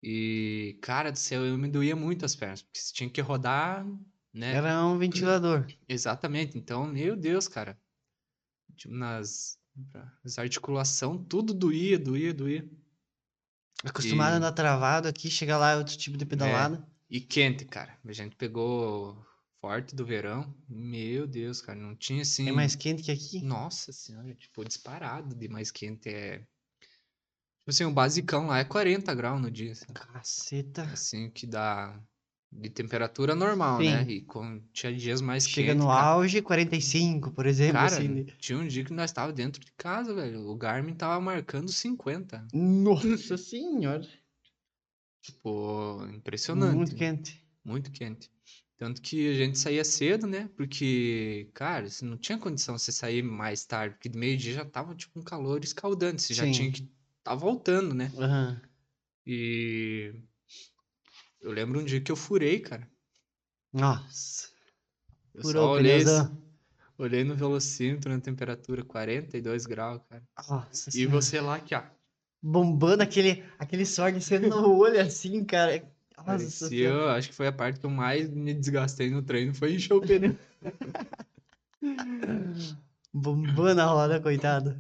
E, cara do céu, eu me doía muito as pernas, porque você tinha que rodar, né?
Era um ventilador.
Exatamente. Então, meu Deus, cara. Tipo, nas as articulação, tudo doía, doía, doía.
Acostumado a andar travado aqui, chega lá é outro tipo de pedalada.
E quente, cara. A gente pegou forte do verão. Meu Deus, cara, não tinha assim.
É mais quente que aqui?
Nossa senhora, tipo, disparado de mais quente é. Tipo assim, o basicão lá é 40 graus no dia. sabe?
Caceta.
Assim, que dá de temperatura normal, né?
Sim.
E quando tinha dias mais
Chega
quentes.
no
cara,
auge, 45, por exemplo.
Cara,
assim, né?
tinha um dia que nós tava dentro de casa, velho. O Garmin tava marcando 50.
Nossa senhora.
Tipo, impressionante.
Muito
né?
quente.
Muito quente. Tanto que a gente saía cedo, né? Porque, cara, você não tinha condição de você sair mais tarde, porque de meio-dia já tava tipo um calor escaldante, você já
Sim.
tinha que tá voltando, né?
Aham.
E eu lembro um dia que eu furei, cara.
Nossa.
Eu
Furou
só
o
olhei, assim,
pneuzão.
olhei no velocímetro na temperatura 42 graus, cara.
Nossa
E
senhora.
você lá aqui, ó,
Bombando aquele, aquele sorte sendo no olho assim, cara. Nossa
parecia,
senhora.
acho que foi a parte que eu mais me desgastei no treino, foi né? encher o pneu.
Bombando a roda, coitado.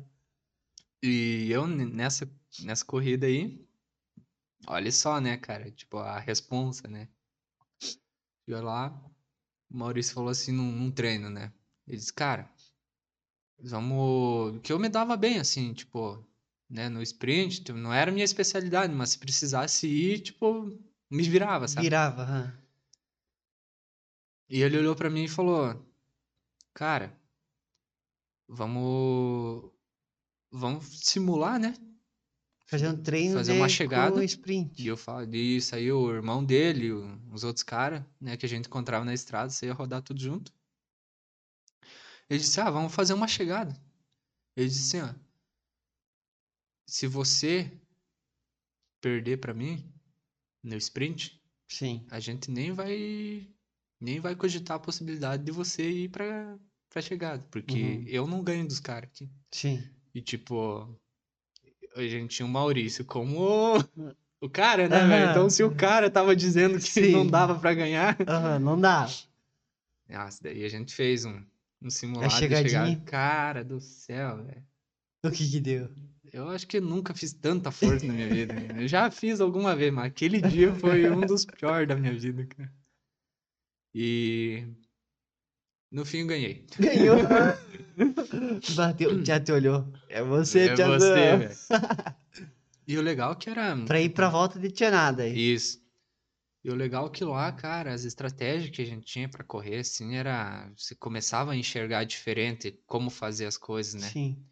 E eu ne- nessa, nessa corrida aí, olha só, né, cara? Tipo, a responsa, né? Chegou lá, o Maurício falou assim num, num treino, né? Ele disse, cara, vamos. Que eu me dava bem, assim, tipo, né? No sprint, tipo, não era minha especialidade, mas se precisasse ir, tipo, me virava, sabe?
Virava. aham.
E ele olhou pra mim e falou: Cara, vamos. Vamos simular, né?
Fazer um treino
Fazer uma
de-
chegada.
com
E
sprint.
eu falo disso, aí o irmão dele, o- os outros caras, né, que a gente encontrava na estrada, você ia rodar tudo junto. Ele disse, ah, vamos fazer uma chegada. Ele disse assim, ó, se você perder pra mim no sprint,
Sim.
a gente nem vai nem vai cogitar a possibilidade de você ir pra, pra chegada, porque
Uhum.
eu não ganho dos caras aqui.
Sim.
E tipo, a gente tinha o Maurício como o- o cara, né,
Aham.
velho? Então se o cara tava dizendo que
Sim.
não dava pra ganhar.
Aham, não dá.
Nossa, daí a gente fez um, um simulado de
chegadinha.
chegada. Cara do céu, velho.
O que que deu?
Eu acho que eu nunca fiz tanta força na minha vida. né? Eu já fiz alguma vez, mas aquele dia foi um dos piores da minha vida, cara. E no fim eu ganhei.
Ganhou. Bateu, o te olhou. É você,
é
Tiazão.
você, velho. E o legal é que era.
Pra ir pra volta de Tianada é aí.
Isso. E o legal é que lá, cara, as estratégias que a gente tinha pra correr, assim, era. Você começava a enxergar diferente como fazer as coisas, né?
Sim.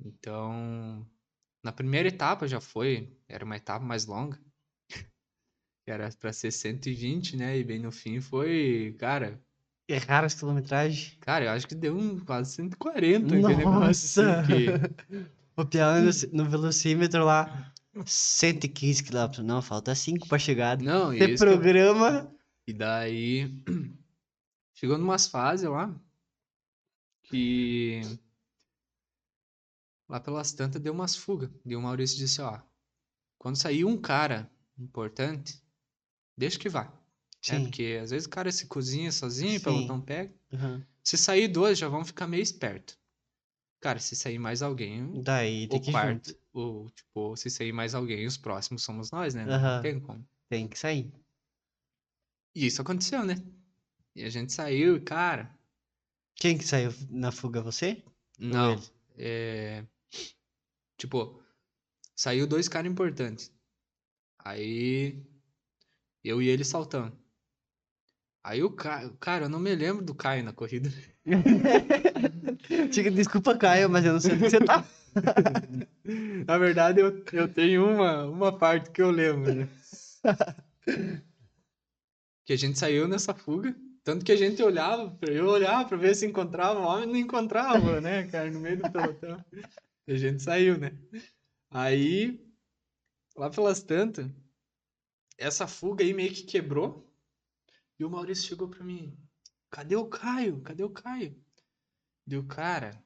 Então, na primeira etapa já foi, era uma etapa mais longa. Era pra ser 120, né? E bem no fim foi, cara,
Erraram as quilometragens.
cara, eu acho que deu um quase 140 aquele negócio,
Nossa!
assim, que-
O pior no, no velocímetro lá, 115 km. Não, falta 5 pra chegada.
Não, e
Você
É isso que eu-
programa.
E daí chegou numas fases lá que lá pelas tantas deu umas fugas. E o Maurício disse, ó, quando sair um cara importante, deixa que vá. É,
Sim.
porque às vezes o cara se cozinha sozinho,
Sim.
pelotão pega.
Aham.
Se sair dois, já vão ficar meio esperto. Cara, se sair mais alguém,
Daí tem
o
que ir
quarto,
junto.
o tipo, se sair mais alguém, os próximos somos nós, né? Não
Aham.
tem como.
Tem que sair.
E isso aconteceu, né? E a gente saiu e, cara,
Quem que saiu na fuga? Você?
não.
ele?
É... Tipo, saiu dois caras importantes. Aí eu e ele saltamos. Aí o Caio, cara, eu não me lembro do Caio na corrida.
Chega, desculpa, Caio, mas eu não sei onde que você tá.
Na verdade, eu, eu tenho uma, uma parte que eu lembro, né? que a gente saiu nessa fuga. Tanto que a gente olhava, pra- eu olhava pra ver se encontrava o homem, não encontrava, né, cara, no meio do pelotão. E a gente saiu, né? Aí, lá pelas tantas, essa fuga aí meio que quebrou. E o Maurício chegou pra mim: Cadê o Caio? Cadê o Caio? Deu, cara,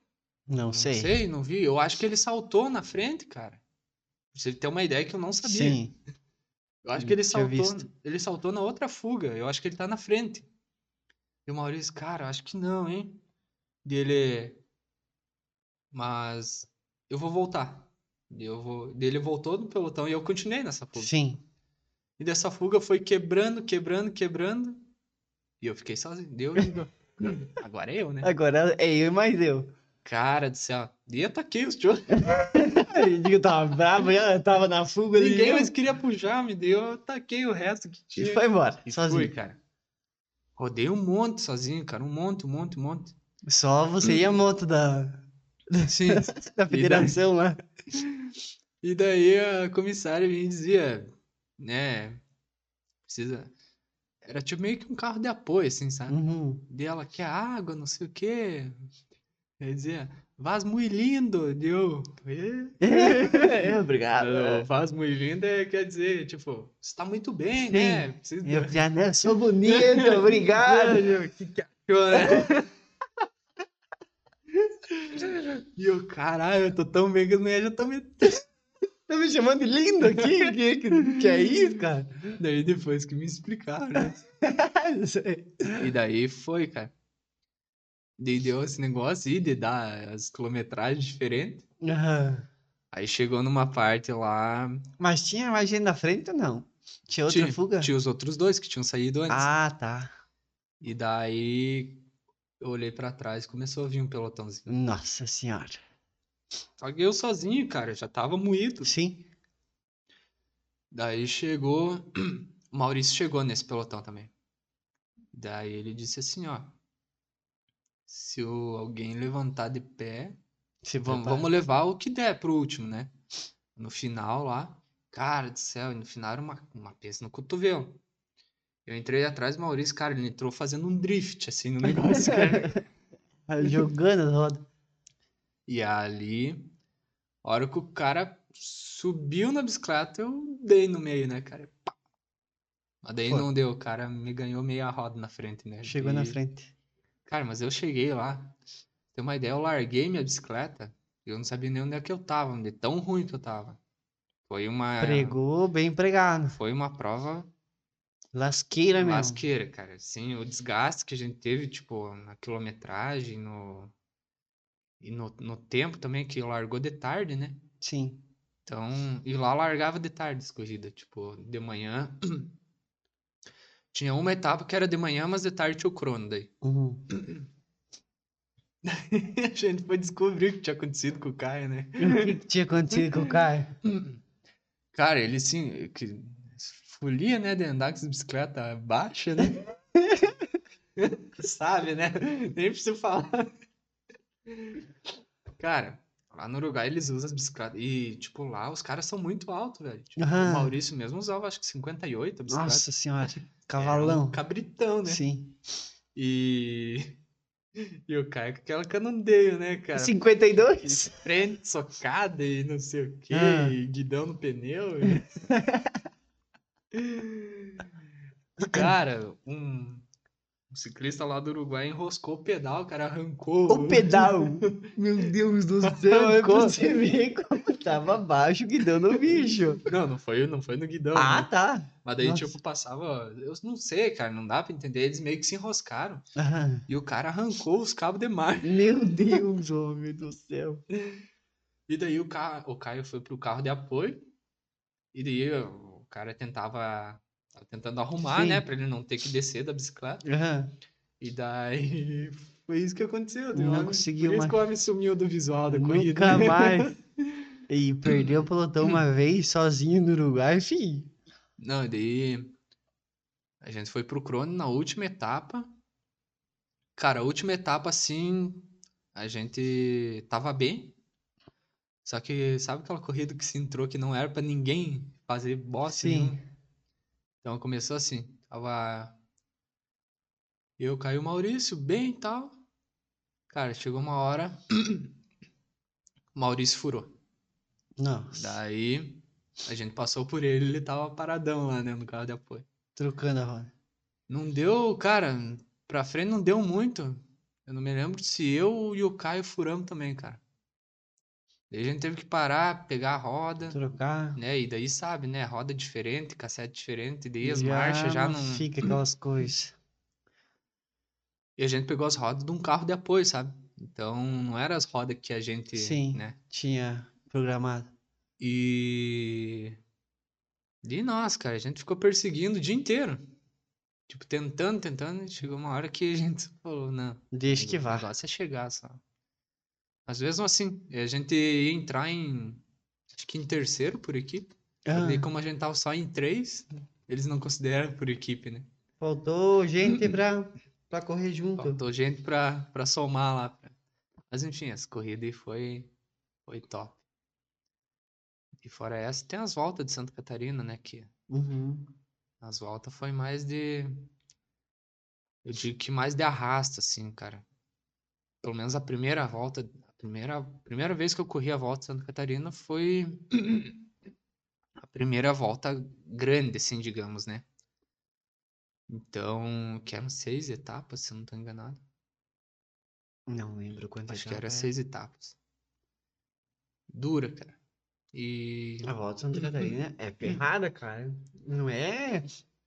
Não
não
sei.
sei, não vi. Eu acho que ele saltou na frente, cara. Pra você ter uma ideia que eu não sabia.
Sim.
eu acho que ele
tinha
saltou,
visto.
ele saltou na outra fuga. Eu acho que ele tá na frente. E o Maurício, cara, eu acho que não, hein? E ele. Mas eu vou voltar. E Eu vou... Daí Ele voltou no pelotão e eu continuei nessa fuga.
Sim.
E dessa fuga foi quebrando, quebrando, quebrando. E eu fiquei sozinho. Deu, deu. Agora é eu, né?
Agora é eu e mais eu.
Cara do céu. E ataquei os tio.
Eu tava bravo, já tava na fuga. ele
Ninguém
viu,
mais queria puxar, me deu. Eu ataquei o resto que
E
tinha.
foi embora,
E
sozinho.
fui, cara. Rodei um monte sozinho, cara. Um monte, um monte, um monte.
Só você e a moto da,
Sim.
da federação lá.
E daí a comissária me dizia, né? Precisa. Era tipo meio que um carro de apoio, assim, sabe?
Uhum.
dela que é água, não sei o quê. Ele dizia, vaz muito lindo, deu.
Obrigado.
Vaz muito lindo é, quer dizer, tipo, você tá muito bem,
Sim.
né? Precisa...
Eu já né, sou bonito, obrigado.
É, que que achou, né? E eu, caralho, eu tô tão bem que as mulheres já estão me.
Tá me chamando de lindo aqui? Que, que, que é isso, cara?
Daí depois que me explicaram, né?
Ah,
E daí foi, cara. Daí deu esse negócio aí de dar as quilometragens diferentes.
Aham.
Aí chegou numa parte lá
Mas tinha mais gente na frente ou não? Tinha outra
tinha,
fuga?
Tinha os outros dois que tinham saído antes.
Ah, tá.
E daí eu olhei pra trás e começou a vir um pelotãozinho.
Nossa senhora.
Só que eu sozinho, cara, já tava moído.
Sim.
Daí chegou. O Maurício chegou nesse pelotão também. Daí ele disse assim, ó. Se o- alguém levantar de pé,
Se
vamos,
prepara.
vamos levar o que der pro último, né? No final lá. Cara do céu, e no final era uma, uma peça no cotovelo. Eu entrei atrás do Maurício, cara, ele entrou fazendo um drift assim no negócio, cara.
Aí Jogando as rodas.
E ali, a hora que o cara subiu na bicicleta, eu dei no meio, né, cara? Pá! Mas daí
Foi.
não deu, o cara me ganhou meia roda na frente, né?
Chegou na
E-
frente.
Cara, mas eu cheguei lá. Tem uma ideia, eu larguei minha bicicleta e eu não sabia nem onde é que eu tava, de tão ruim que eu tava. Foi uma.
Pregou bem pregado.
Foi uma prova
Lasqueira É mesmo.
lasqueira, cara. Assim, o desgaste que a gente teve, tipo, na quilometragem, no. E no, no tempo também, que largou de tarde, né?
Sim.
Então, e lá largava de tarde as corridas, tipo, de manhã. Tinha uma etapa que era de manhã, mas de tarde tinha o crono daí.
Uhum.
A gente foi descobrir o que tinha acontecido com o Caio, né?
O que que tinha acontecido com o Caio?
Cara, ele sim, que folia, né, de andar com essa bicicleta baixa, né? Sabe, né? Nem preciso falar. Cara, lá no Uruguai eles usam as bicicletas. E, tipo, lá os caras são muito altos, velho. Tipo,
Aham.
O Maurício mesmo usava, acho que 58 a bicicleta.
Nossa senhora.
Era um
É Cavalão.
cabritão, né?
Sim.
E. E o Caio com aquela canandeio, né, cara?
52?
Frente socada e não sei o quê,
Ah.
e guidão no pneu. e- E, cara, um, um ciclista lá do Uruguai enroscou o pedal, o cara arrancou.
O pedal. Uhum. Meu Deus do céu. É pra
Arrancou.
você ver como tava baixo que deu no bicho.
Não, não foi, não foi no guidão.
Ah,
né?
tá.
Mas daí,
nossa.
tipo, passava. Eu não sei, cara, não dá pra entender. Eles meio que se enroscaram.
Aham.
E o cara arrancou os cabos de mar.
Meu Deus, homem do céu.
E daí o, ca... o Caio foi pro carro de apoio. E daí o cara tentava. Tava tentando arrumar,
Sim.
né? Pra ele não ter que descer da bicicleta.
Aham.
E daí. Foi isso que aconteceu.
Não
deu uma-
conseguiu
Por isso
mais.
que o homem sumiu do visual da
Nunca
corrida.
mais. E Tá perdeu o pelotão uma vez sozinho no Uruguai, enfim.
Não, e daí. A gente foi pro Crono na última etapa. Cara, a última etapa, assim. A gente tava bem. Só que sabe aquela corrida que se entrou que não era pra ninguém fazer
Sim.
bosta? nenhuma? Então começou assim. Tava. Eu, Caio e o Maurício, bem e tal. Cara, chegou uma hora. o Maurício furou.
Nossa.
Daí a gente passou por ele, ele tava paradão lá, né, no carro de apoio.
Trocando a roda.
Não deu, cara, pra frente não deu muito. Eu não me lembro se eu e o Caio furamos também, cara. Daí a gente teve que parar, pegar a roda,
Trocar.
né? E daí sabe, né? Roda diferente, cassete diferente, daí as
Já
marchas já não.
Fica aquelas coisas.
E a gente pegou as rodas de um carro de apoio, sabe? Então não eram as rodas que a gente,
Sim.
né?
Tinha programado.
E E nós, cara, a gente ficou perseguindo o dia inteiro. Tipo, tentando, tentando, e chegou uma hora que a gente falou, não,
Deixa que
o
vá.
negócio é chegar só. Mas mesmo assim, a gente ia entrar em, acho que em terceiro por equipe. E daí
Ah,
como a gente tava só em três, eles não consideram por equipe, né?
faltou gente pra, pra correr junto.
Faltou gente pra, pra somar lá. pra- Mas enfim, essa corrida aí foi, foi top. E fora essa, tem as voltas de Santa Catarina, né? Que
Uhum.
as voltas foi mais de. Eu digo que mais de arrasto, assim, cara. Pelo menos a primeira volta. A primeira, a primeira vez que eu corri a volta de Santa Catarina foi. a primeira volta grande, assim, digamos, né? Então, que eram seis etapas, se eu não tô enganado.
Não lembro quantas
Acho que era seis etapas. Dura, cara. E.
A volta de Santa
Uhum.
Catarina é ferrada, cara. Não é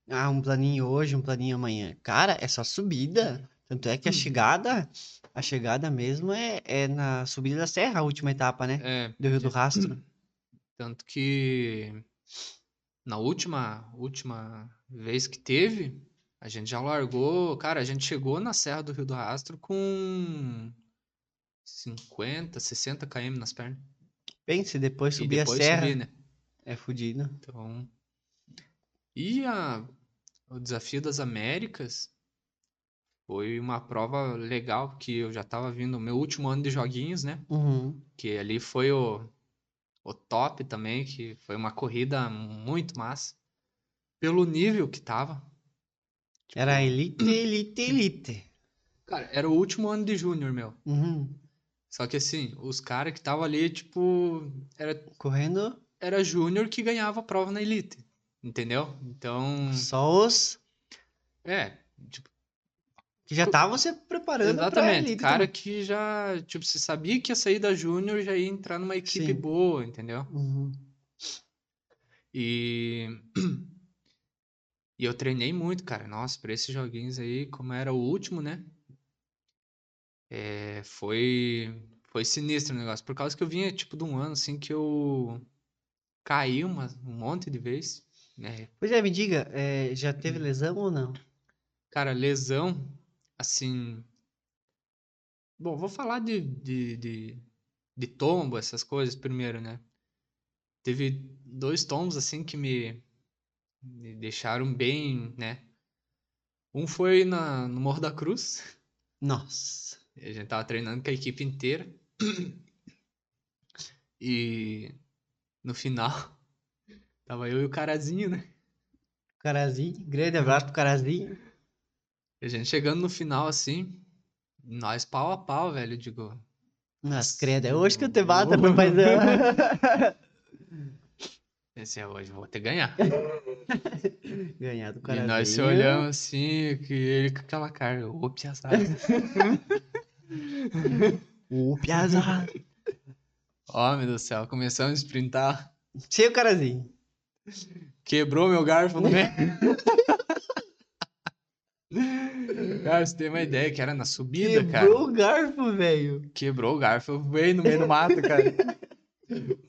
ah, um planinho hoje, um planinho amanhã. Cara, é só subida. Tanto é que a
Uhum.
chegada, a chegada mesmo é, é na subida da serra, a última etapa, né?
É,
Do Rio do Rastro.
tanto que na última, última vez que teve, a gente já largou. Cara, a gente chegou na Serra do Rio do Rastro com 50, 60 km nas pernas.
Pense, depois
E
subir
depois
a serra.
subir, né?
É fudido.
Então. E a, o Desafio das Américas foi uma prova legal que eu já tava vindo, meu último ano de joguinhos, né?
Uhum.
Que ali foi o, o top também, que foi uma corrida muito massa. Pelo nível que tava. Tipo,
Era elite, elite, elite.
Cara, era o último ano de júnior, meu.
Uhum.
Só que assim, os caras que estavam ali, tipo, era,
Correndo
era júnior que ganhava a prova na elite. Entendeu? Então.
só os
É, tipo,
que já estavam se preparando pra
Exatamente,
elite. então.
cara que já, tipo, se sabia que ia sair da Júnior, já ia entrar numa equipe
Sim.
boa, entendeu?
também. Uhum.
E e eu treinei muito, cara. Nossa, pra esses joguinhos aí, como era o último, né? É, foi foi sinistro o negócio, por causa que eu vinha tipo de um ano assim que eu caí uma, um monte de vez, né?
Pois é, me diga, é, já
Uhum.
teve lesão ou não?
Cara, lesão, assim. Bom, vou falar de, de, de, de tombo, essas coisas primeiro, né? Teve dois tombos, assim, que me, me deixaram bem, né? Um foi na, no Morro da Cruz,
Nossa.
a gente tava treinando com a equipe inteira. E no final, tava eu e o carazinho, né?
Carazinho, grande abraço pro Carazinho.
E a gente chegando no final, assim, nós pau a pau, velho, eu digo.
Mas credo, é hoje que eu te bato,
Uhum.
rapaziada.
Esse é hoje, vou ter que ganhar.
Ganhar do
E
Carazinho.
nós se olhamos assim, que ele com aquela cara, ô piazada.
Ô, piazada.
Ó, meu Deus do céu, começamos a sprintar.
Cheio o Carazinho.
Quebrou meu garfo é? no meio. Cara, você tem uma ideia que era na subida,
Quebrou
cara.
o garfo, velho.
Quebrou o garfo, eu voei no meio do mato, cara.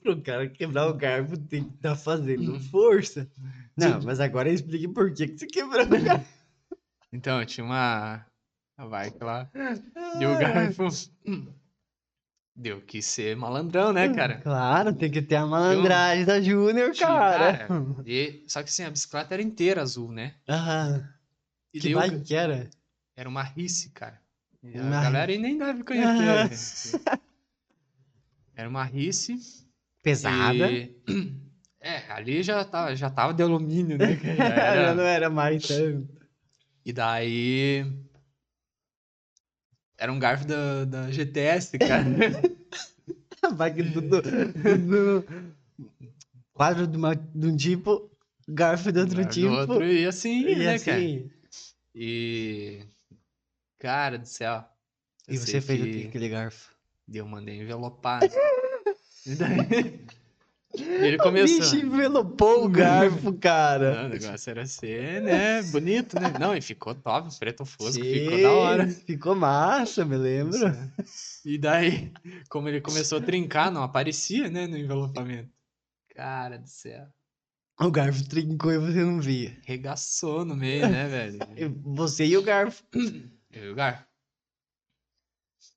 Pro cara quebrar o garfo tem que estar
Hum.
fazendo força. Não, mas agora explique por que, que você quebrou o
É,
garfo.
Então, tinha uma. uma bike lá. E o garfo. hum, Deu que ser malandrão, né, cara? um
Claro, tem que ter a malandragem da Júnior, cara.
E... Só que assim, a bicicleta era inteira azul, né?
Aham.
E
Que
deu-
bike que era?
Era uma rice, cara. E A
Uma Ah.
galera aí nem deve conhecer. né? Era uma rice.
Pesada.
e- É, ali já tava, já tava de alumínio, né? cara? Já
Já não
era-
era mais tanto.
E daí. Era um garfo da, da GTS, cara.
A bike do, do, do- quadro de, uma, de um tipo, garfo de outro
Garfo do
tipo.
outro, e assim,
e
né, cara?
assim.
E. Cara do céu. eu
E
sei
você fez o
que-
que com aquele garfo?
Daí Eu mandei envelopar. né? E daí. Ele começou.
Vixe, envelopou o garfo, cara.
Não, o negócio era ser, né? Bonito, né? Não, e ficou top, preto fosco, ficou
Sim,
da hora.
Ficou massa, me lembro.
E daí, como ele começou a trincar, não aparecia, né, no envelopamento. Cara do céu.
O garfo trincou e você não via.
Regaçou no meio, né, velho?
E Você e o garfo.
Eu e o Gar.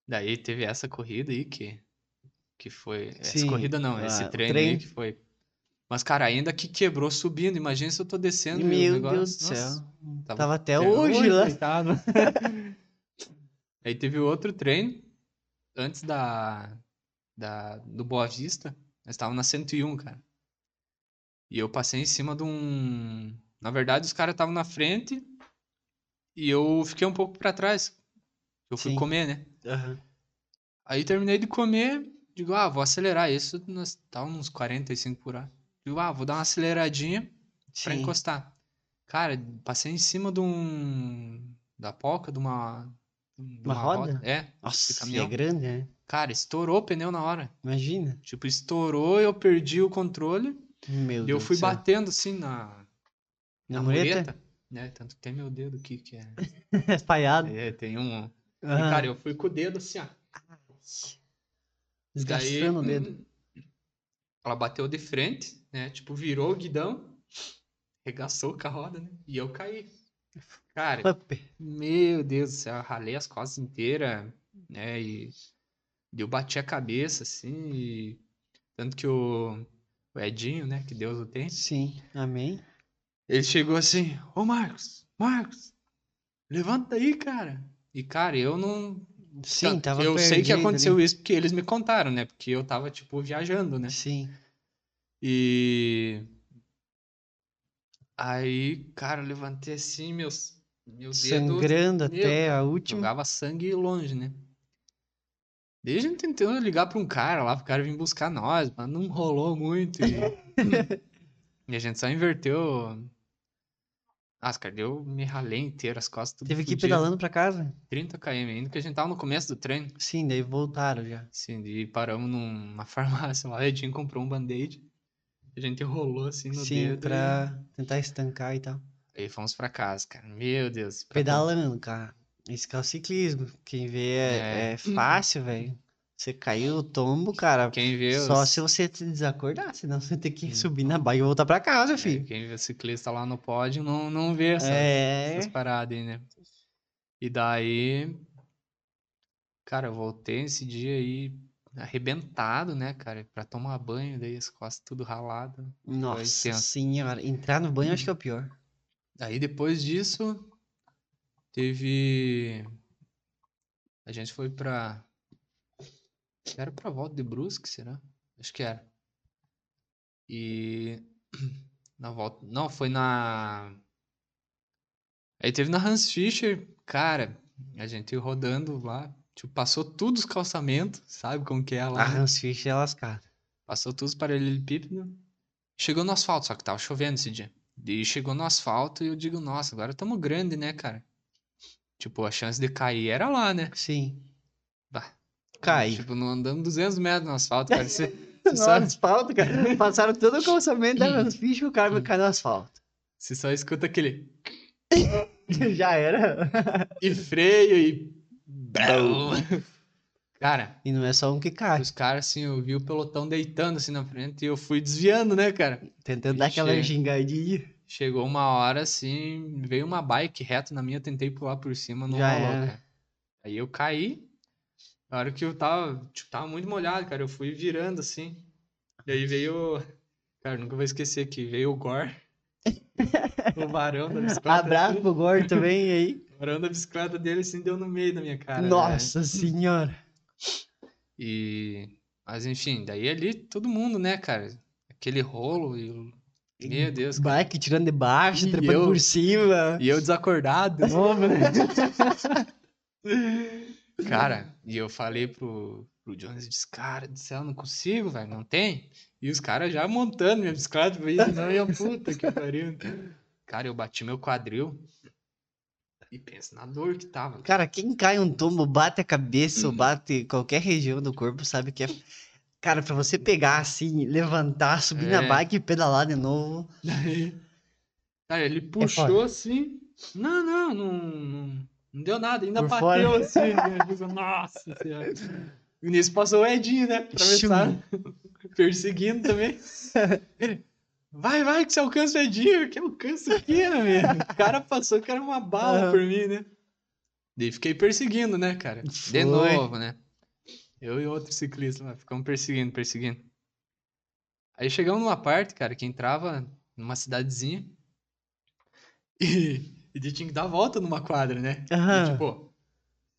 Daí teve essa corrida aí que. Que foi. Essa
Sim,
corrida não,
a-
esse
o
treino,
treino.
aí que foi. Mas, cara, ainda que quebrou subindo. Imagina se eu tô descendo e o
Meu
negócio.
Deus do
Nossa.
céu.
tava
Tava até
até
É hoje né? lá.
é coitado. Aí teve outro treino antes da, da do Boa Vista. Nós estávamos na 101, cara. E eu passei em cima de um. Na verdade, os caras estavam na frente e eu fiquei um pouco pra trás. Eu fui
Sim.
comer, né?
Aham.
Aí terminei de comer, digo, ah, vou acelerar. Isso nós estávamos uns 45 por hora. Digo, ah, vou dar uma aceleradinha pra
Sim.
encostar. Cara, passei em cima de um. da polca, de uma. de
Uma roda?
É. de
Nossa, e é
caminhão.
grande, né?
Cara, estourou o pneu na hora.
Imagina.
Tipo, estourou, eu perdi o controle.
Meu
e eu
Deus
fui
do céu.
batendo assim na,
Na mureta?
Né? Tanto que tem meu dedo aqui que é.
Espalhado.
é, tem um. E,
Aham.
cara, eu fui com o dedo assim, ó. Daí, hum,
Desgastando o dedo.
Ela bateu de frente, né? Tipo, virou o guidão, regaçou com a roda, né? E eu caí. Cara,
Up.
Meu Deus do céu, eu ralei as costas inteiras, né? E eu bati a cabeça, assim, e... Tanto que o, o Edinho, né, que Deus o tem,
Sim. Amém.
ele chegou assim, ô Marcos, Marcos, levanta aí, cara. E, cara, eu não...
Sim,
Tanto
tava
que Tá, Eu sei que
perdido né? ali.
aconteceu isso porque eles me contaram, né? Porque eu tava, tipo, viajando, né?
Sim.
E... Aí, cara, eu levantei assim, meus... Meu dedo
Sangrando
Meu
até a última.
Jogava sangue longe, né? Daí a gente tentou ligar pra um cara lá, pro cara vir buscar nós, mas não rolou muito. E, e a gente só inverteu. Ah, cara, deu, me ralei inteiro, as costas tudo
Teve que ir
fodido.
pedalando pra casa?
30 km ainda, que a gente tava no começo do treino.
Sim, daí voltaram já.
Assim, e paramos numa farmácia lá, o Edinho comprou um band-aid. A gente enrolou assim no
Sim,
dedo.
pra
é.
tentar estancar
Tá
e tal.
E aí fomos pra casa, cara. Meu Deus. pra
Pedalando, cara. Esse que é o ciclismo. Quem vê é,
É.
é fácil, velho. Você caiu o tombo, cara.
Quem vê os-
Só se você se desacordar, senão você tem que
Hum.
subir na bike e voltar pra casa,
É,
filho.
quem vê ciclista lá no pódio não, não vê essa,
É.
essas paradas aí, né? E daí, cara, eu voltei esse dia aí arrebentado, né, cara? Pra tomar banho, daí as costas tudo ralado.
Nossa
tenso.
senhora. Entrar no banho acho que é o pior.
Aí depois disso, teve. A gente foi pra. Era pra volta de Brusque, será? Acho que era. E. Na volta. Não, foi na. Aí teve na Hans Fischer, cara, a gente rodando lá. Tipo, passou tudo os calçamentos, sabe como que é lá?
A
né?
Hans Fischer é lascada.
Passou todos os paralelepípedos. né? Chegou no asfalto, só que tava chovendo esse dia. E chegou no asfalto e eu digo, nossa, agora tamo grande, né, cara? Tipo, a chance de cair era lá, né?
Sim.
Bah.
Cai.
Tipo, não andando 200 metros no asfalto, cara. Você, você,
Nossa,
só,
asfalto, cara. Passaram todo o calçamento né, da Hans Fischer e o cara caiu no asfalto.
você só escuta aquele...
Já era.
E freio e... Bau. cara,
E não é só um que cai.
os caras, assim, eu vi o pelotão deitando, assim, na frente. E eu fui desviando, né, cara?
Tentando dar aquela
Chega.
gingadinha.
Chegou uma hora assim, veio uma bike reto na minha, eu tentei pular por cima, não
Já
rolou,
era.
cara. Aí eu caí. Na hora que eu tava, tipo, tava muito molhado, cara, eu fui virando assim. E aí veio, cara, nunca vou esquecer que veio o Gore. o varão da bicicleta.
Abraço pro Gore Tá também aí.
O varão da bicicleta dele assim deu no meio da minha cara. né?
Nossa senhora.
E mas enfim, daí ali todo mundo, né, cara? Aquele rolo e o- meu Deus, cara.
Bike tirando de baixo,
E
trepando
eu-
por cima.
E eu desacordado né? de novo, né? cara, e eu falei pro, pro Jones, eu disse, cara do céu, não consigo, velho, não tem. E os caras já montando minha bicicleta, pra isso, não, e eu, puta que pariu. Cara, eu bati meu quadril e pensa na dor que tava.
Cara, quem cai um tombo, bate a cabeça ou bate qualquer região do corpo, sabe que é. Cara, pra você pegar assim, levantar, subir na
É.
bike e pedalar de novo.
Daí, cara, ele puxou
É foda.
assim, não, não, não, não, não deu nada, ainda
Por
bateu
fora.
assim, né? Eu digo, nossa senhora. E tá nisso passou o Edinho, né? Atravessado. perseguindo também. Ele, Vai, vai, que você alcança o Edinho, que alcança o quê, meu amigo? O cara passou que era uma bala
Aham.
por mim, né? Daí fiquei perseguindo, né, cara?
Foi.
De novo, né? Eu e outro ciclista lá, ficamos perseguindo, perseguindo. Aí chegamos numa parte, cara, que entrava numa cidadezinha e, e daí tinha que dar a volta numa quadra, né? E,
Aham.
tipo,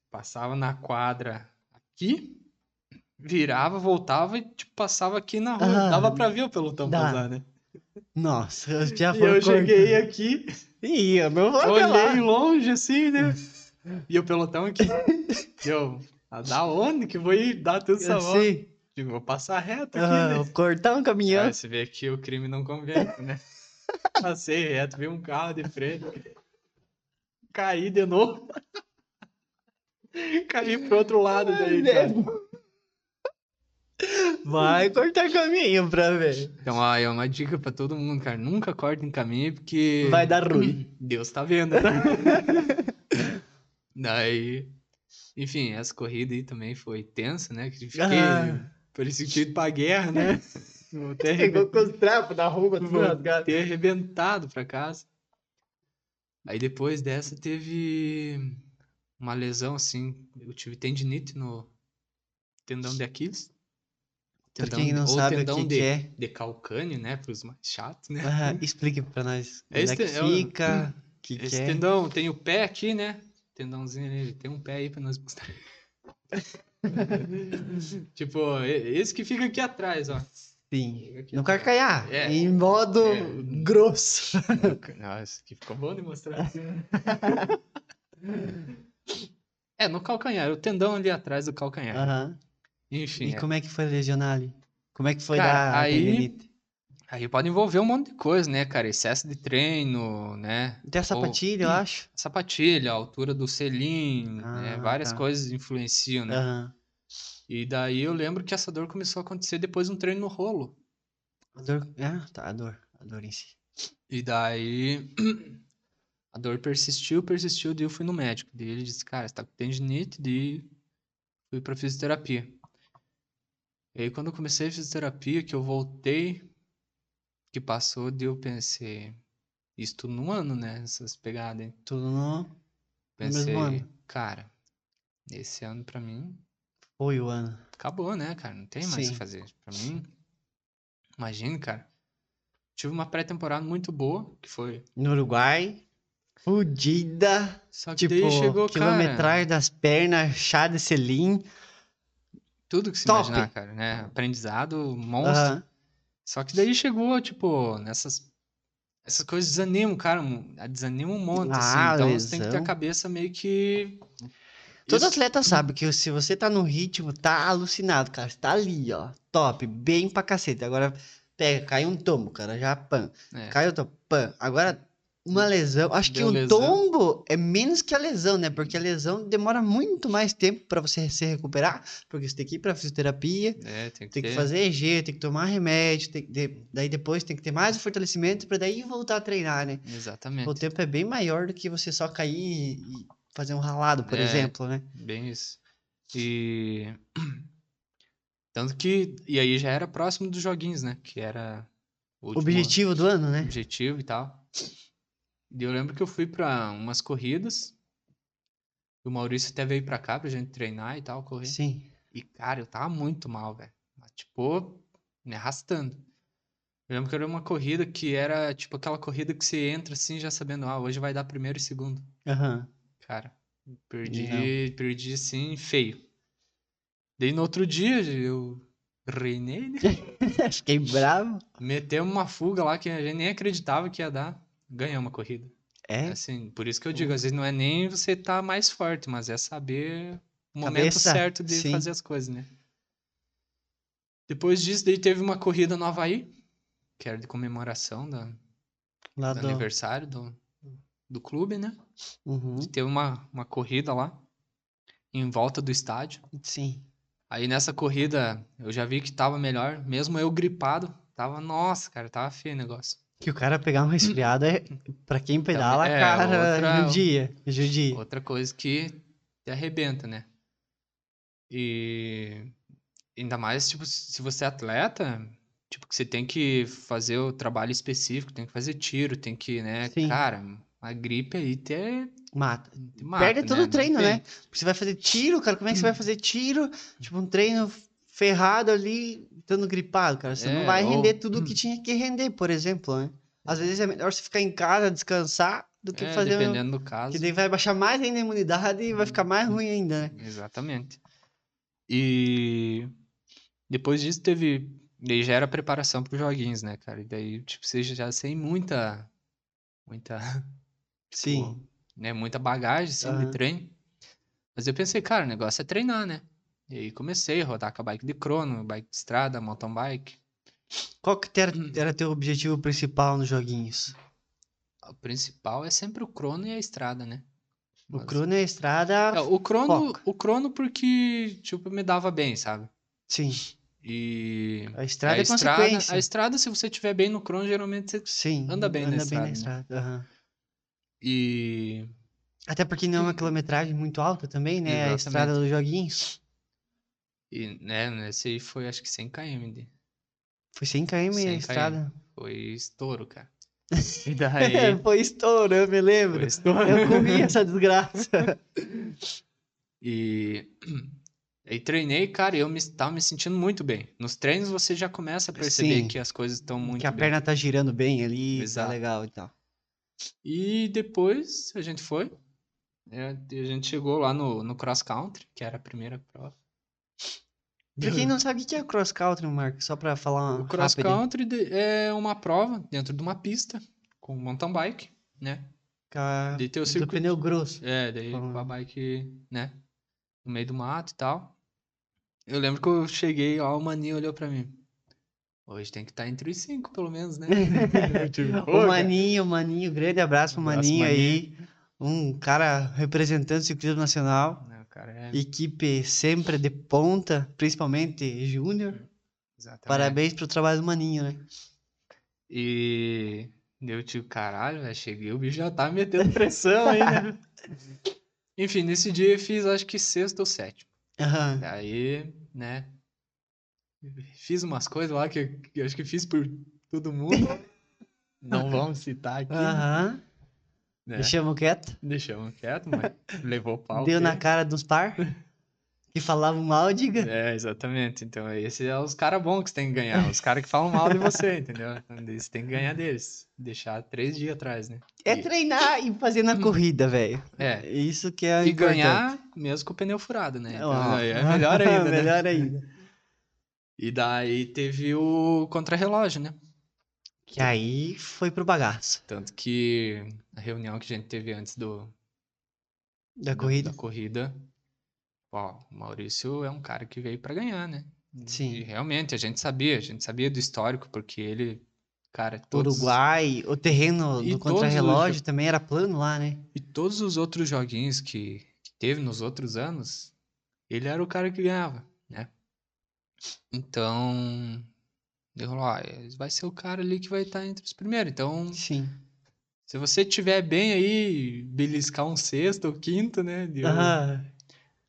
passava na quadra aqui, virava, voltava e, tipo, passava aqui na rua.
Aham.
Dava pra ver o pelotão
Dá. né?
passar, né?
Nossa, eu já
E
foi
eu cheguei aqui,
Ih, eu não vou
olhei
lá.
longe assim, né? E o pelotão aqui. E eu, "Ah, da onde que vou ir dar tudo essa volta?
Sim,
Digo, vou passar reto aqui,
aham,
né?
vou cortar um caminhão.
Aí você vê que o crime não convence, né? Passei reto, vi um carro de frente. Caí de novo. Caí pro outro lado daí,
Ai,
cara.
né? Vai cortar caminho pra ver.
Então, ó, é uma dica pra todo mundo, cara. Nunca corta em caminho, porque.
Vai dar ruim.
Deus tá vendo, né? Daí. Enfim, essa corrida aí também foi tensa, né? Que Fiquei.
Ah.
Parecia que tinha ido pra guerra, né? Voltei
Chegou
arrebentado,
com os trapos na rua, tudo rasgado.
voltei arrebentado pra casa. Aí depois dessa teve uma lesão, assim. Eu tive tendinite no tendão de Aquiles.
Pra
Tendão-
quem não
ou
sabe o
tendão
que,
de,
que é,
de calcânio, né? Pros mais chatos, né?
ah, explique pra nós. Onde
É
é
esse
que
te- é o-
fica, o que, que
Esse
é.
tendão tem o pé aqui, né? Tendãozinho ali, tem um pé aí pra nós mostrar. tipo, e- esse que fica aqui atrás, ó.
Sim.
Aqui
No
atrás.
carcanhar,
É.
em modo
É.
grosso.
Nossa, que ficou bom de mostrar. é, no calcanhar, o tendão ali atrás do calcanhar.
Aham.
Enfim,
Ah, E
é.
como é que foi lesionar ali? Como é que foi
Cara,
dar a
aí-
tendinite?
aí pode envolver um monte de coisa, né, cara? Excesso de treino, né?
Até a sapatilha, eu acho.
Sapatilha, a altura do selim, né?
Ah,
Várias
tá. É.
coisas influenciam, né?
Aham.
E daí eu lembro que essa dor começou a acontecer depois de um treino no rolo.
A dor... Ah, tá, a dor. A dor em si.
E daí a dor persistiu, persistiu, daí eu fui no médico. Daí ele disse, cara, você tá com tendinite, daí fui pra fisioterapia. E aí quando eu comecei a fisioterapia, que eu voltei, que passou, daí eu pensei, isso tudo num ano, né? Essas pegadas. aí.
Tudo no... No mesmo
Pensei,
ano.
cara, esse ano pra mim
Foi o ano.
acabou, né, cara? Não tem mais o
Sim.
que fazer. Pra mim, imagina, cara. Tive uma pré-temporada muito boa, que foi.
No Uruguai. Fudida.
Só que
Tipo,
daí chegou, cara,
quilometragem das pernas, chá de selim.
tudo que se
top.
imaginar, cara, né? Aprendizado, monstro.
Aham.
Só que daí chegou, tipo, nessas essas coisas desanimam, cara, mu- desanima um monte,
Ah,
assim. Então você tem que ter a
lesão.
cabeça meio que
Todo
Isso-
atleta sabe que se você tá no ritmo, tá alucinado, cara. Você tá ali, ó. Top, bem pra cacete. Agora pega, cai um tombo, cara. Já pan.
é, Hum.
Cai outro pan. Agora, uma lesão. Acho que
Deu
um
lesão.
tombo é menos que a lesão, né? Porque a lesão demora muito mais tempo pra você se recuperar. Porque você tem que ir pra fisioterapia.
é, tem que
Tem que
ter.
fazer EG, tem que tomar remédio, tem que de- daí depois tem que ter mais fortalecimento pra daí voltar a treinar, né?
Exatamente.
O tempo é bem maior do que você só cair e e fazer um ralado, por
É.
exemplo, né?
Bem isso. E. Tanto que. E aí já era próximo dos joguinhos, né? Que era o
O
último
objetivo do ano, né?
objetivo e tal. E eu lembro que eu fui pra umas corridas. E o Maurício até veio pra cá pra gente treinar e tal, correr.
Sim.
E, cara, eu tava muito mal, velho. Mas, Tipo, me arrastando. Eu lembro que era uma corrida que era tipo aquela corrida que você entra assim, já sabendo, ah, hoje vai dar primeiro e segundo.
Aham.
Cara, perdi, perdi assim, feio. Daí no outro dia eu reinei, né?
Fiquei bravo.
Metemos uma fuga lá que a gente nem acreditava que ia dar. Ganhamos uma corrida.
É.
Assim, por isso que eu digo, às vezes não é nem você tá mais forte, mas é saber o momento
Cabeça,
certo de
sim.
fazer as coisas, né? Depois disso, daí teve uma corrida no Havaí, que era de comemoração da-
Lá
do
do.
aniversário do, do clube, né?
Uhum.
Teve uma, uma corrida lá, em volta do estádio.
Sim.
Aí nessa corrida eu já vi que tava melhor, mesmo eu gripado, tava, nossa, cara, tava feio o negócio.
Que o cara pegar um resfriado é. Pra quem pedala,
é,
cara,
outra-
judia. Judia.
Outra coisa que te arrebenta, né? E ainda mais, tipo, se você é atleta, Tipo, que você tem que fazer o trabalho específico, tem que fazer tiro, tem que, né?
Sim.
Cara, a gripe aí até
Mata.
te mata,
Perde todo
né?
o treino,
Não
né?
tem.
Porque você vai fazer tiro, cara. Como é que você vai fazer tiro? Tipo, um treino ferrado ali, estando gripado, cara. Você não
É,
vai
ou-
render tudo o que tinha que render, por exemplo, né? Às vezes é melhor você ficar em casa, descansar, do que
É,
fazer. um-
dependendo Uhum. do caso.
Que daí vai baixar mais ainda a imunidade e vai ficar mais ruim ainda, né?
Exatamente. E depois disso teve. Daí já era preparação para os joguinhos, né, cara? E daí, tipo, você já sem muita. Muita.
Sim.
tipo, né, muita bagagem, assim,
Aham.
de treino. Mas eu pensei, cara, o negócio é treinar, né? E aí comecei a rodar com a bike de crono, bike de estrada, mountain bike.
Qual que era,
Uhum.
era teu objetivo principal nos joguinhos?
O principal é sempre o crono e a estrada, né?
O
Mas-
crono e a estrada.
É, o crono,
foco.
o crono porque, tipo, me dava bem, sabe?
Sim.
E
A estrada
a
é
estrada,
consequência.
a estrada, se você tiver bem no crono, geralmente você.
Sim.
anda bem na estrada, né?
estrada, aham.
E.
Até porque não é uma quilometragem muito alta também, né? A estrada dos joguinhos.
E, né, nesse aí foi acho que 100 km. de-
Foi 100 km a
100 km.
estrada.
Foi estouro, cara. E daí.
foi estouro, É, eu me lembro.
foi estouro.
Eu comi essa desgraça.
E. E treinei, cara, e eu me, tava me sentindo muito bem. Nos treinos você já começa a perceber
Sim.
que as coisas estão muito
que a
bem.
perna tá girando bem ali,
Exato.
tá legal e tal.
E depois a gente foi. né, e a gente chegou lá no, no cross country, que era a primeira prova.
Pra quem não sabe, o que é cross country, Marco? Só pra falar
Uhum. O cross
rápido.
country de- é uma prova dentro de uma pista com mountain bike, né?
Ca-
De ter o
Do
circuito.
pneu grosso.
É, daí
Como-
com a bike, né? No meio do mato e tal. Eu lembro que eu cheguei lá, o maninho olhou pra mim. Hoje tem que estar entre os cinco, pelo menos, né? Eu tive, "Ô,
O
cara."
Maninho, o Maninho, grande abraço pro
Abraço,
Maninho aí. Um cara representando o ciclismo nacional.
Não, cara, é,
Equipe sempre de ponta, principalmente júnior.
exatamente.
Parabéns pro trabalho do Maninho, né?
E deu tio, caralho, velho, cheguei, o bicho já tá metendo pressão aí, né? Enfim, nesse dia eu fiz acho que sexto ou sétimo.
Aham.
Daí, né? Fiz umas coisas lá que eu, que eu acho que fiz por todo mundo. Não vamos citar aqui,
Aham.
né?
Deixamos quieto.
Deixamos quieto, mas levou pau.
Deu na
feio.
cara dos par. Que falavam mal, diga.
É, exatamente. Então, esses são os caras bons que você tem que ganhar. Os caras que falam mal de você, entendeu? Então, Você tem que ganhar deles. Deixar três dias atrás, né?
É
E-
treinar e fazer na corrida, velho.
É.
Isso que é
E
importante.
ganhar mesmo com o pneu furado, né? Então,
Ó.
aí é melhor ainda, né?
melhor ainda.
E daí teve o contrarrelógio, né?
Que aí foi pro bagaço
Tanto que a reunião que a gente teve antes do,
da corrida.
Da corrida. Ó, o Maurício é um cara que veio pra ganhar, né?
Sim.
E realmente, a gente sabia, a gente sabia do histórico, porque ele, cara, todos,
Uruguai, o terreno do
E todos os
contrarrelógio também era plano lá, né?
e todos os outros joguinhos que, que teve nos outros anos, ele era o cara que ganhava, né? Então, ele falou, ó, é, vai ser o cara ali que vai estar entre os primeiros. Então,
Sim.
se você tiver bem aí, beliscar um sexto ou quinto, né? Eu-
Aham.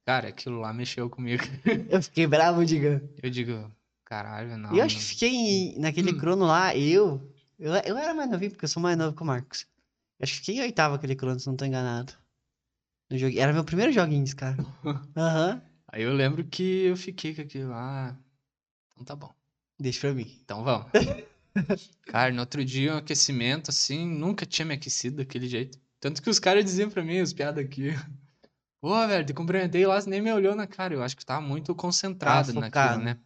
Cara, aquilo lá mexeu comigo.
Eu fiquei bravo, diga.
Eu digo, caralho, não.
E eu acho
não-
que fiquei em- naquele
Hum.
crono lá, eu, eu. Eu era mais novinho, porque eu sou mais novo que o Marcos. Eu acho que fiquei em oitavo aquele crono, se não tô enganado. No jogu- Era meu primeiro joguinho, cara. Aham.
Aí eu lembro que eu fiquei com aquilo lá. Então tá bom.
Deixa pra mim.
Então vamos. cara, no outro dia um aquecimento, assim, nunca tinha me aquecido daquele jeito. Tanto que os caras diziam pra mim, os piadas aqui. Pô, velho, te cumprimentei lá, você nem me olhou na cara. Eu acho que eu tava muito concentrado naquilo,
focado.
né?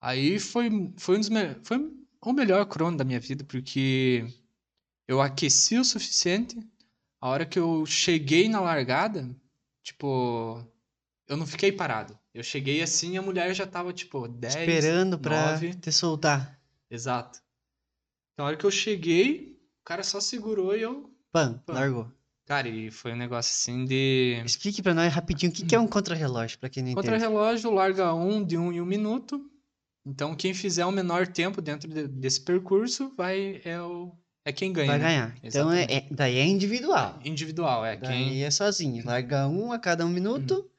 Aí foi, foi um dos me... foi o melhor crono da minha vida, porque eu aqueci o suficiente. A hora que eu cheguei na largada, tipo, eu não fiquei parado. Eu cheguei assim e a mulher já tava, tipo, 10,
Esperando pra
nove.
te soltar.
Exato. Na hora que eu cheguei, o cara só segurou e eu.
Pam,
Pam.
largou.
Cara, e foi um negócio assim de.
Explique pra nós rapidinho o que, que é um contrarrelógio, pra quem não entende.
Contra-relógio, larga um de um em um minuto. Então, quem fizer o menor tempo dentro de- desse percurso vai é, o, é quem ganha.
Vai
né?
ganhar. Então, é, é- daí é individual.
Individual, é
Daí
quem. Uhum.
é sozinho. Larga um a cada um minuto.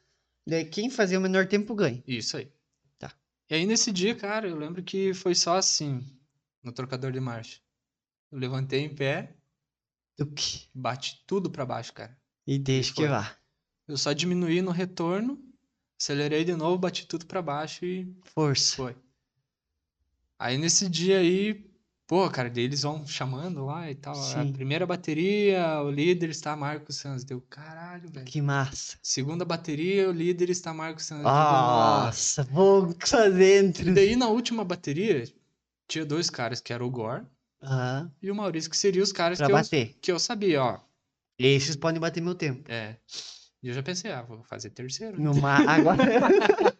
Daí quem fazer o menor tempo ganha.
Isso aí.
Tá.
E aí nesse dia, cara, eu lembro que foi só assim, no trocador de marcha. Eu levantei em pé,
Tuque.
bati tudo pra baixo, cara.
E deixa que
Foi.
vá.
Eu só diminuí no retorno, acelerei de novo, bati tudo pra baixo e
Força.
foi. Aí nesse dia aí, pô, cara, daí eles vão chamando lá e tal.
Sim.
A primeira bateria, o líder está Marcos Sanz. Deu, caralho, velho.
Que massa.
Segunda bateria, o líder está Marcos Sanz. Digo, "Nossa."
Nossa, vou pra
E
dentro.
daí na última bateria, tinha dois caras, que era o Gore
Aham,
e o Maurício, que seriam os caras
pra
que eu,
bater.
que eu sabia, ó.
Esses podem bater meu tempo.
É. E eu já pensei, ah, vou fazer terceiro. né?
No mar, agora.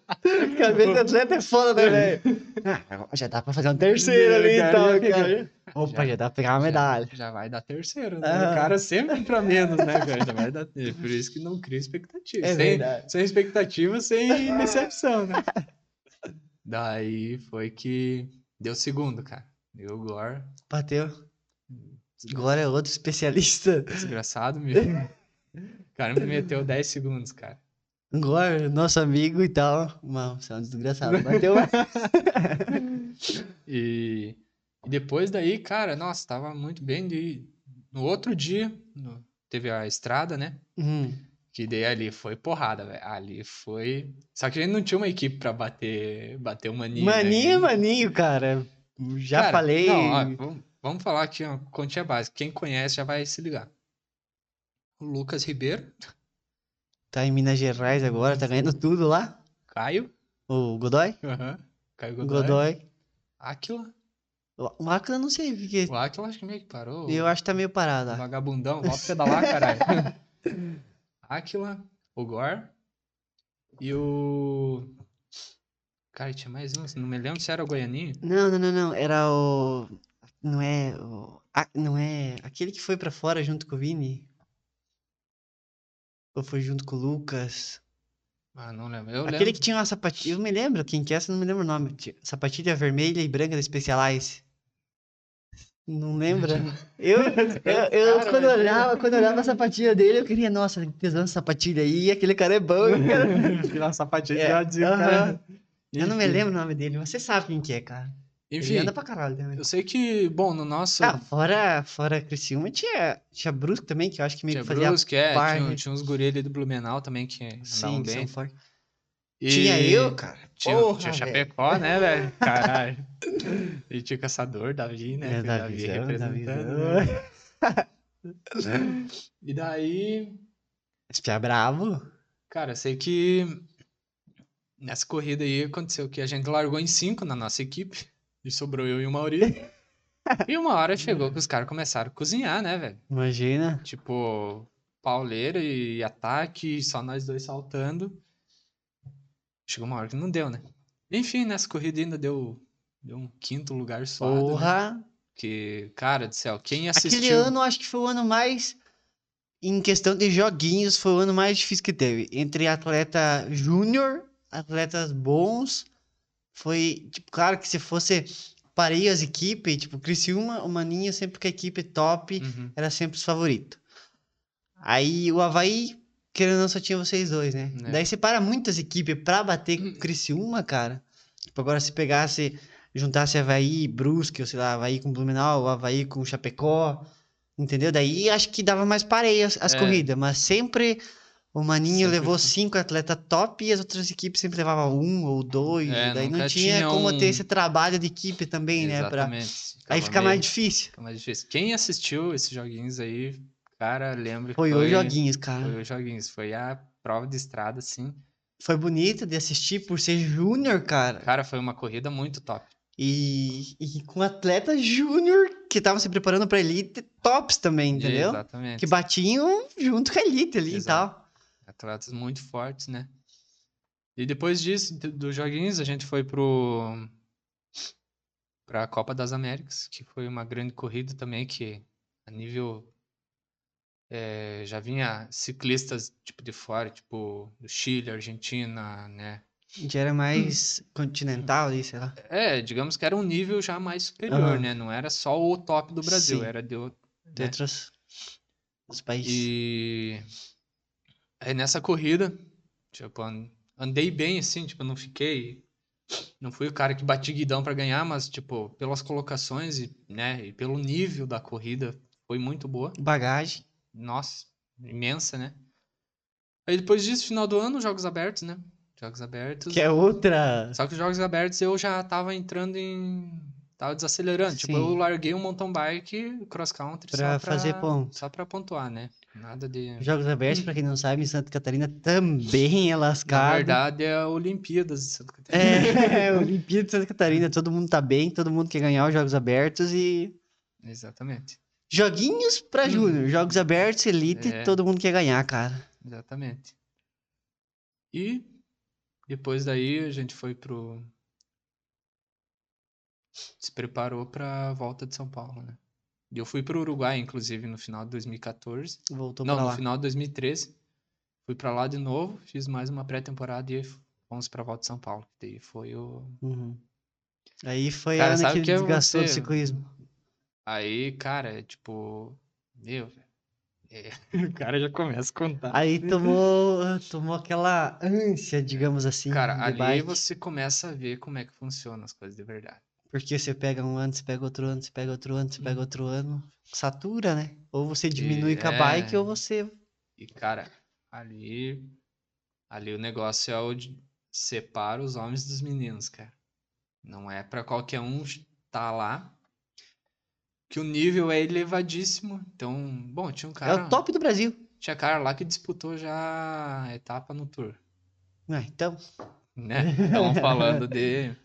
Cabeça de atleta é foda, né, velho? Ah, agora já dá pra fazer um terceiro ali
Cara, já
então,
peguei.
cara. Opa, já, dá pra pegar uma medalha.
Já, já vai dar terceiro, né?
Aham.
O cara sempre pra menos, né, cara? Já vai dar. é Por isso que não cria expectativa.
É
sem,
verdade.
sem expectativa, sem decepção, né? Daí foi que deu segundo, cara. Deu o Gore.
Bateu. Agora é outro especialista.
Desgraçado mesmo. O cara me meteu 10 segundos, cara.
Agora, nosso amigo e tal. Mas você é um desgraçado. Bateu.
E, e depois daí, cara, nossa, tava muito bem. De, no outro dia, no- teve a estrada, né?
Hum,
Que daí ali foi porrada, velho. Ali foi. Só que a gente não tinha uma equipe pra bater, bater o Maninho. né?
maninho, é maninho, cara. Já
Cara,
falei.
Não, ó, vamos, vamos falar aqui, ó, continha básica. Quem conhece já vai se ligar. O Lucas Ribeiro,
Tá em Minas Gerais agora, tá ganhando tudo lá.
Caio.
O Godoy.
Aham. Caio
O
Godoy.
Godoy.
Aquila.
O o Acre eu não sei o que que é.
O Aquila acho que meio que parou.
Eu acho que tá meio parado.
O
ó.
Vagabundão, volta a pedalar, caralho. Aquila, o Gor e o. Cara, tinha mais um, não me lembro se era o Goianinho.
Não, não, não, não. Era o. Não é. O... a- Não é. Aquele que foi pra fora junto com o Vini? Ou foi junto com o Lucas?
Ah, não lembro. Eu
Aquele
lembro.
que tinha uma sapatilha. Eu me lembro quem que é, só não me lembro o nome. Tinha Sapatilha vermelha e branca da Specialized. Não lembra? Eu, eu, eu
Cara, né?
quando
mas-
olhava, quando olhava a sapatilha dele, eu queria, nossa, que tesão essa sapatilha aí, aquele cara é bom, hein, cara.
Virar sapatinho
É,
já dizia,
aham.
cara.
Eu não me
Enfim.
lembro o nome dele, você sabe quem que é, cara.
Uhum. Enfim,
Ele anda pra caralho também.
eu sei que, bom, no nosso.
Ah, fora, fora Criciúma tinha, tinha Brusco também, que eu acho que meio
tinha
que fazia
Brusque, é,
parte.
tinha, tinha uns guri ali do Blumenau também que
sim,
andavam
que são
bem.
fortes.
E
Tinha eu, cara.
Tinha,
Porra,
tinha
velho.
Chapecó, né, velho? Caralho. E tinha o Caçador, Davi, né?
É,
Foi o Davi
Davizão,
representando.
Davizão.
né? E daí,
Esse pia é bravo.
cara, eu sei que nessa corrida aí aconteceu que a gente largou em cinco na nossa equipe. E sobrou eu e o Maurício. E uma hora chegou que os caras começaram a cozinhar, né, velho?
Imagina.
Tipo, pauleira e ataque, só nós dois saltando. Chegou uma hora que não deu, né? Enfim, nessa corrida ainda deu, deu um quinto lugar suado. né?
Porra.
Que, cara do céu, quem
Aquele
assistiu.
ano, acho que foi o ano mais. Em questão de joguinhos, foi o ano mais difícil que teve. Entre atleta júnior, atletas bons. Foi, tipo, claro que se fosse parei as equipes, tipo, Criciúma, o Maninho, é sempre que a equipe top,
Uhum,
era sempre os favoritos. Aí o Havaí, querendo ou não, só tinha vocês dois, né?
É.
Daí separa muitas equipes pra bater com o Criciúma, cara. Tipo, agora se pegasse, juntasse Havaí, e Brusque, ou sei lá, Havaí com Blumenau, Havaí com Chapecó, entendeu? Daí acho que dava mais pareia as, as
É.
corridas, mas sempre o Maninho
Sempre
levou
foi.
cinco atletas top e as outras equipes sempre levavam um ou dois.
É,
daí não
nunca
tinha,
tinha
como ter
um-
esse trabalho de equipe também, né? pra-
Exatamente.
Aí
Ficava
fica mais
meio-
difícil.
fica mais difícil. Quem assistiu esses joguinhos aí, cara, lembra que
Foi, né? os joguinhos, cara.
Foi os joguinhos. Foi a prova de estrada, assim.
foi bonito de assistir por ser júnior, cara.
Cara, foi uma corrida muito top.
E, e com atleta júnior que tava se preparando pra elite, tops também, entendeu?
Exatamente.
Que batiam junto com a elite ali
Exato.
e tal.
Atletas muito fortes, né? E depois disso, do- dos joguinhos, a gente foi pro pra Copa das Américas, que foi uma grande corrida também, que a nível eh, já vinha ciclistas tipo de fora, tipo do Chile, Argentina, né?
Já era mais continental ali, sei lá.
É, digamos que era um nível já mais superior,
Aham.
né? Não era só o top do Brasil,
Sim.
era de, o-
De
né?
outros, outros países.
E aí nessa corrida, tipo, an- andei bem assim, tipo, eu não fiquei Não fui o cara que bati guidão pra ganhar, mas, tipo, pelas colocações e, né, e pelo nível da corrida, foi muito boa.
Bagagem.
Nossa, imensa, né? Aí depois disso, final do ano, Jogos Abertos, né? Jogos Abertos.
Que é outra.
Só que os Jogos Abertos eu já tava entrando em. Tava desacelerando. Tipo,
Sim.
eu larguei o mountain bike cross country
Pra
só pra
fazer ponto.
Só pra pontuar, né? Nada de.
Jogos Abertos, pra quem não sabe, em Santa Catarina também é
Na
lascado.
verdade, é a Olimpíadas de Santa Catarina.
É, Olimpíada de Santa Catarina, todo mundo tá bem, todo mundo quer ganhar os Jogos Abertos e.
Exatamente.
Joguinhos pra
Hum.
Júnior, Jogos Abertos, Elite,
É.
todo mundo quer ganhar, cara.
Exatamente. E depois daí a gente foi pro. Se preparou pra volta de São Paulo, né? E eu fui pro Uruguai, inclusive, no final de 2014.
Voltou
Não,
pra
no
lá.
final de 2013. Fui pra lá de novo, fiz mais uma pré-temporada e fomos pra volta de São Paulo. Daí foi o.
Uhum. Aí foi
Cara,
a Ana
sabe
que
que eu
desgastou do
você-
ciclismo.
Aí, cara, é tipo. Meu, velho. É, O cara já começa a contar.
Aí tomou, tomou aquela ânsia, digamos assim,
Cara,
de
ali
bike,
você começa a ver como é que funcionam as coisas de verdade.
Porque você pega um ano, você pega outro ano, você pega outro ano, você pega outro ano. Satura, né? Ou você diminui com a
Uhum. é.
bike ou você.
E, cara, ali. Ali o negócio é o de separa os homens dos meninos, cara. Não é pra qualquer um estar lá. Que o nível é elevadíssimo. Então, bom, tinha um
É
cara.
o top do Brasil.
Tinha cara lá que disputou já a etapa no Tour,
Ah, então,
né? Então, falando de.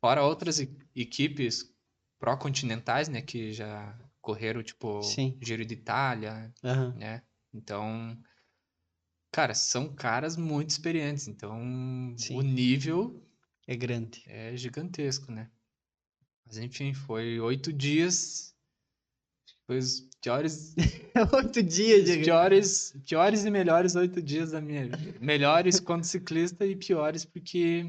Fora outras e- equipes pró-continentais, né? Que já correram, tipo,
Sim.
Giro de Itália,
aham.
né? Então. Cara, são caras muito experientes. Então,
Sim.
o nível
é grande.
é gigantesco, né? Mas, enfim, foi oito dias. Foi os piores
Oito dias,
Os
É Diego.
piores, piores e melhores oito dias da minha vida. Melhores quanto ciclista e piores porque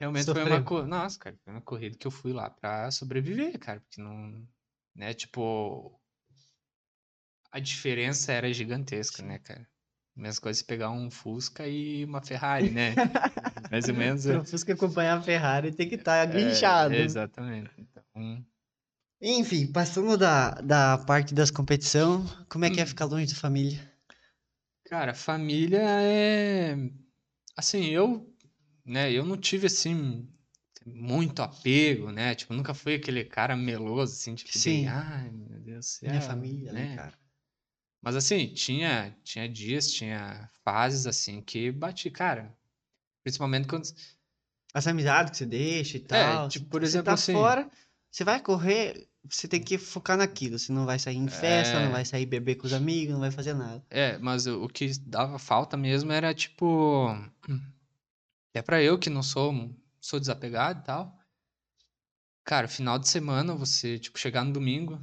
realmente foi
Sofreu.
uma corrida. Nossa, cara, foi uma corrida que eu fui lá pra sobreviver, cara. Porque não. Né, tipo. A diferença era gigantesca, né, cara? Mesma coisa se pegar um Fusca e uma Ferrari, né? Mais ou menos. é-
Pra Fusca acompanhar a Ferrari tem que estar tá
é,
guinchado.
Exatamente. Então,
Enfim, passando da, da parte das competições, como é
Hum.
que é ficar longe da família?
Cara, família é. Assim, eu, né, eu não tive assim muito apego, né? Tipo, nunca fui aquele cara meloso assim, tipo, de,
Sim.
ai, meu Deus do
Minha
céu",
família, né, cara?
Mas assim, tinha, tinha dias, tinha fases assim que bati, cara. Principalmente quando
As amizades que você deixa e tal.
tipo,
se
por
você
exemplo,
tá
assim-
fora, você vai correr, você tem que focar naquilo. Você não vai sair em festa,
É.
não vai sair beber com os amigos, não vai fazer nada.
É, mas o o que dava falta mesmo era tipo. Até pra eu que não sou, sou desapegado e tal. Cara, final de semana você, tipo, chegar no domingo.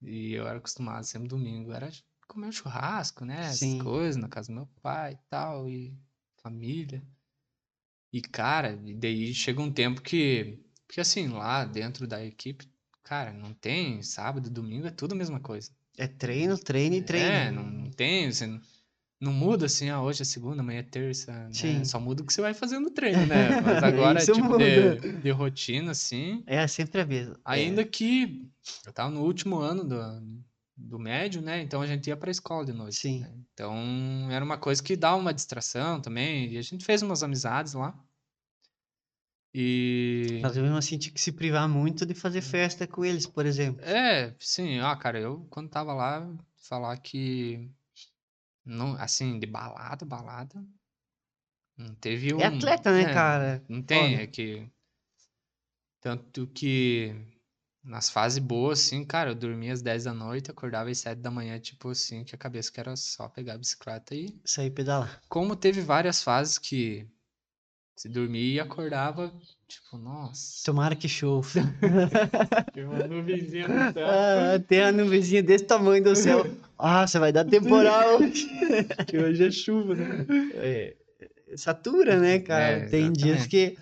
E eu era acostumado sempre domingo. Era comer um churrasco, né? Essas
Sim.
coisas, na casa do meu pai e tal. E família. E, cara, e daí chega um tempo que. Porque assim, lá dentro da equipe, cara, não tem sábado, domingo, é tudo a mesma coisa.
É treino, treino e treino.
É, não não tem, você não, não muda assim, ah, hoje é segunda, amanhã é terça, né?
Sim.
Só muda o que você vai fazendo no treino, né? Mas agora,
Isso
tipo,
muda.
de, de rotina, assim.
É sempre a mesma.
Ainda que eu tava no último ano do, do médio, né? Então a gente ia pra escola de noite.
Sim.
né? Então era uma coisa que dá uma distração também. E a gente fez umas amizades lá. E.
É. Mas mesmo assim tinha que se privar muito de fazer festa com eles, por exemplo.
É, sim, ah, cara, eu quando tava lá, falar que não, assim, de balada, balada, não teve um,
É atleta, né,
é,
cara?
Não tem,
Foda.
é que tanto que nas fases boas, assim, cara, eu dormia às 10 da noite, acordava às 7 da manhã, tipo assim, que a cabeça que era só pegar a bicicleta e
Sair pedalar.
como teve várias fases que se dormia e acordava, tipo, nossa,
Tomara que chove.
eu no vizinho no céu.
Ah, tem a nuvenzinha desse tamanho do céu. Ah, você vai dar temporal.
que hoje é chuva, né?
É, satura, né, cara?
É,
tem dias que.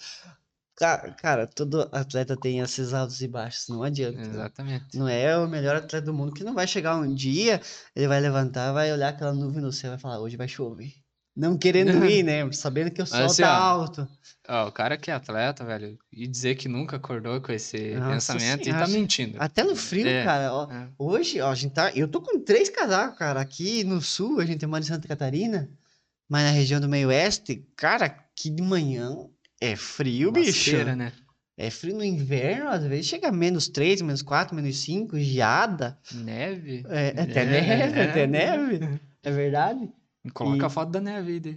Cara, cara, todo atleta tem esses altos e baixos, não adianta. né?
Exatamente.
Não é o melhor atleta do mundo que não vai chegar um dia, ele vai levantar, vai olhar aquela nuvem no céu e vai falar: hoje vai chover. Não querendo ir, né? Sabendo que o sol
assim,
tá
ó,
alto.
Ó, o cara que é atleta, velho, e dizer que nunca acordou com esse
Nossa
pensamento e tá
Senhora.
mentindo.
Até no frio,
É,
cara. ó.
é.
Hoje, ó, a gente tá. Eu tô com três casacos, cara. Aqui no sul, a gente mora em Santa Catarina, mas na região do meio-oeste, cara, aqui de manhã é frio, bicho.
Laceira, né?
É frio no inverno, às vezes chega a menos 3, menos 4, menos 5, geada.
Neve?
É, até
É,
neve,
é.
até neve. É verdade?
Coloca
E-
a foto da neve aí. daí.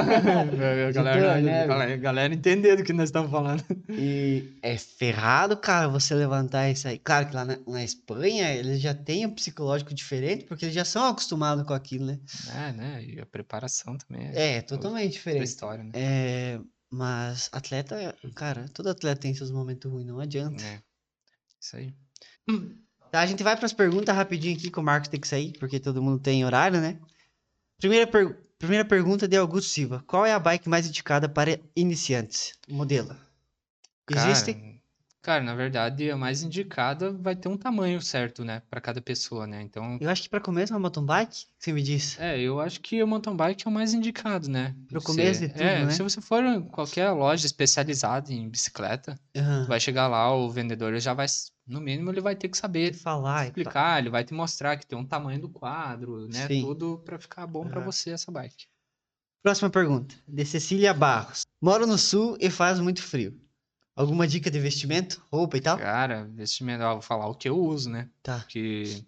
a, galera,
a neve.
a galera entender do que nós estamos falando.
E é ferrado, cara, você levantar isso aí. Claro que lá na, na Espanha eles já têm um psicológico diferente, porque eles já são acostumados com aquilo, né?
É, né? E a preparação também é,
É, totalmente
da
diferente.
história, né?
É, mas atleta, cara, todo atleta tem seus momentos ruins, não adianta.
É. Isso aí.
Tá, a gente vai pras perguntas rapidinho aqui, que o Marcos tem que sair, porque todo mundo tem horário, né? Primeira, per- Primeira pergunta de Augusto Silva. Qual é a bike mais indicada para iniciantes? O Modelo. Existem?
Cara, cara, na verdade, a mais indicada vai ter um tamanho certo, né? Pra cada pessoa, né? Então,
Eu acho que pra começo é uma mountain bike, você me diz.
é, eu acho que o mountain bike é o mais indicado, né?
Pro
Você-
começo de tudo,
é,
né?
se você for em qualquer loja especializada em bicicleta,
Aham.
É. vai chegar lá, o vendedor já vai, s- no mínimo, ele vai ter que saber
falar e pá.
explicar, ele vai te mostrar que tem um tamanho do quadro, né?
Sim.
Tudo pra ficar bom pra
Aham.
você essa bike.
Próxima pergunta, de Cecília Barros. Moro no sul e faz muito frio. Alguma dica de vestimento, roupa e tal?
Cara, vestimento, ó, vou falar o que eu uso, né?
Tá.
Que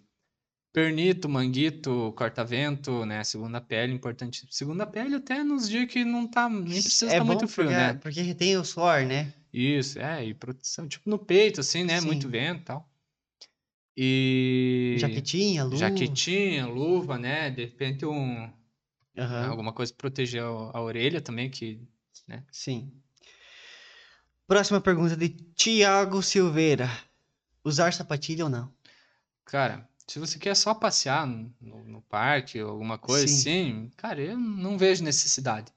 pernito, manguito, corta-vento, né? Segunda pele, importante. Segunda pele até nos dias que não tá, nem precisa estar muito frio,
É porque,
né?
Porque retém o suor, né?
Isso, é, e proteção, tipo no peito, assim, né? Muito
Sim.
vento e tal. E
Jaquetinha, luva.
jaquetinha, luva, né? De repente um,
Aham.
alguma coisa pra proteger a, a orelha também, que
Sim. Próxima pergunta de Tiago Silveira. Usar sapatilha ou não?
Cara, se você quer só passear no, no parque ou alguma coisa assim, cara, eu não vejo necessidade.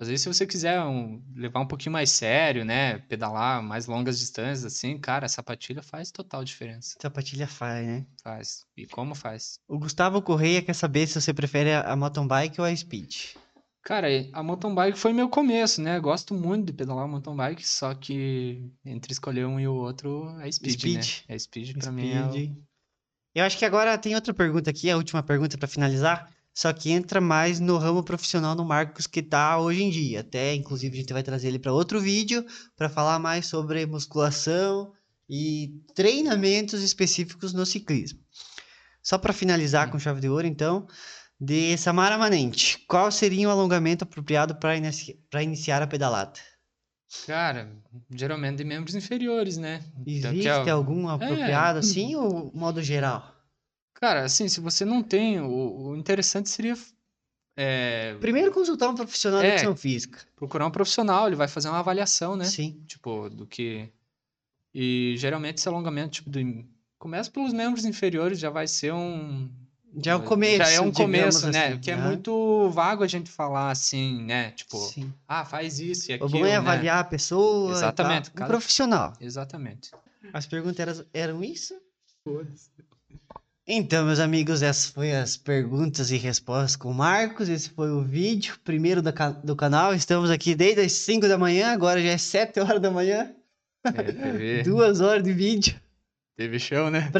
Às vezes, se você quiser um- levar um pouquinho mais sério, né? Pedalar mais longas distâncias, assim, cara, a sapatilha faz total diferença.
Sapatilha faz, né?
Faz. E como faz?
O Gustavo Correia quer saber se você prefere a a mountain bike ou a speed.
Cara, e a mountain bike foi meu começo, né? Gosto muito de pedalar mountain bike, só que entre escolher um e o outro é speed, né?
Speed.
É speed pra mim. é o-
Eu acho que agora tem outra pergunta aqui, a última pergunta pra finalizar. Só que entra mais no ramo profissional do Marcos que tá hoje em dia. Até, inclusive, a gente vai trazer ele pra outro vídeo pra falar mais sobre musculação e treinamentos específicos no ciclismo. Só pra finalizar
Hum.
com chave de ouro, então, de Samara Manente. Qual seria o alongamento apropriado para iniciar a pedalada?
Cara, geralmente de membros inferiores, né? Então, que
Existe
é o-
algum apropriado assim ou modo geral?
Cara, assim, se você não tem, o, o interessante seria é,
Primeiro consultar um profissional de
É.
educação física.
procurar um profissional, ele vai fazer uma avaliação, né?
Sim.
Tipo, do que. E geralmente esse alongamento, tipo, do... in- começa pelos membros inferiores, já vai ser um.
Já é o começo.
Já é um
digamos
começo, né?
assim,
Que é
né?
muito vago a gente falar assim, né? Tipo,
Sim.
ah, faz isso e
O
aquilo.
bom é
né?
avaliar a pessoa. e tal.
Exatamente,
Um
cada-
profissional.
Exatamente.
As perguntas eras- eram isso? Então, meus amigos, essas foram as perguntas e respostas com o Marcos. Esse foi o vídeo primeiro da ca- do canal. Estamos aqui desde as 5 da manhã, agora já é 7 horas da manhã.
É, teve,
Duas horas de vídeo.
teve show, né?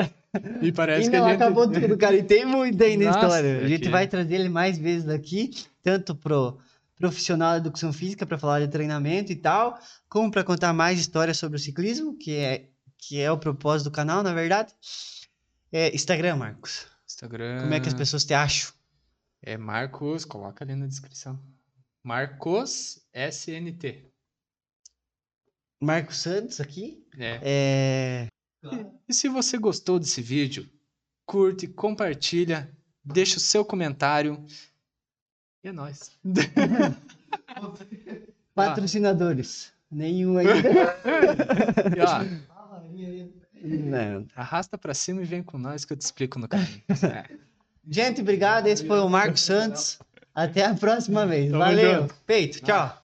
E parece
E
que a
não
gente.
acabou tudo, cara. E tem muito ainda
Nossa,
história. A gente
que-
vai trazer ele mais vezes daqui, tanto pro profissional de educação física para falar de treinamento e tal, como para contar mais histórias sobre o ciclismo, que é que é o propósito do canal, na verdade. É Instagram, Marcos.
Instagram.
Como é que as pessoas te acham?
É Marcos, coloca ali na descrição. Marcos SNT.
Marcos Santos aqui.
né?
É...
E se você gostou desse vídeo, curte, compartilha, deixa o seu comentário. E é nóis. Ah.
Patrocinadores. Nenhum ainda.
E, ó,
Não.
arrasta pra cima e vem com nós que eu te explico no caminho. É.
Gente, obrigado. Esse foi o Marcos Santos. Até a próxima vez.
Tamo
Valeu.
junto.
Peito. Tchau.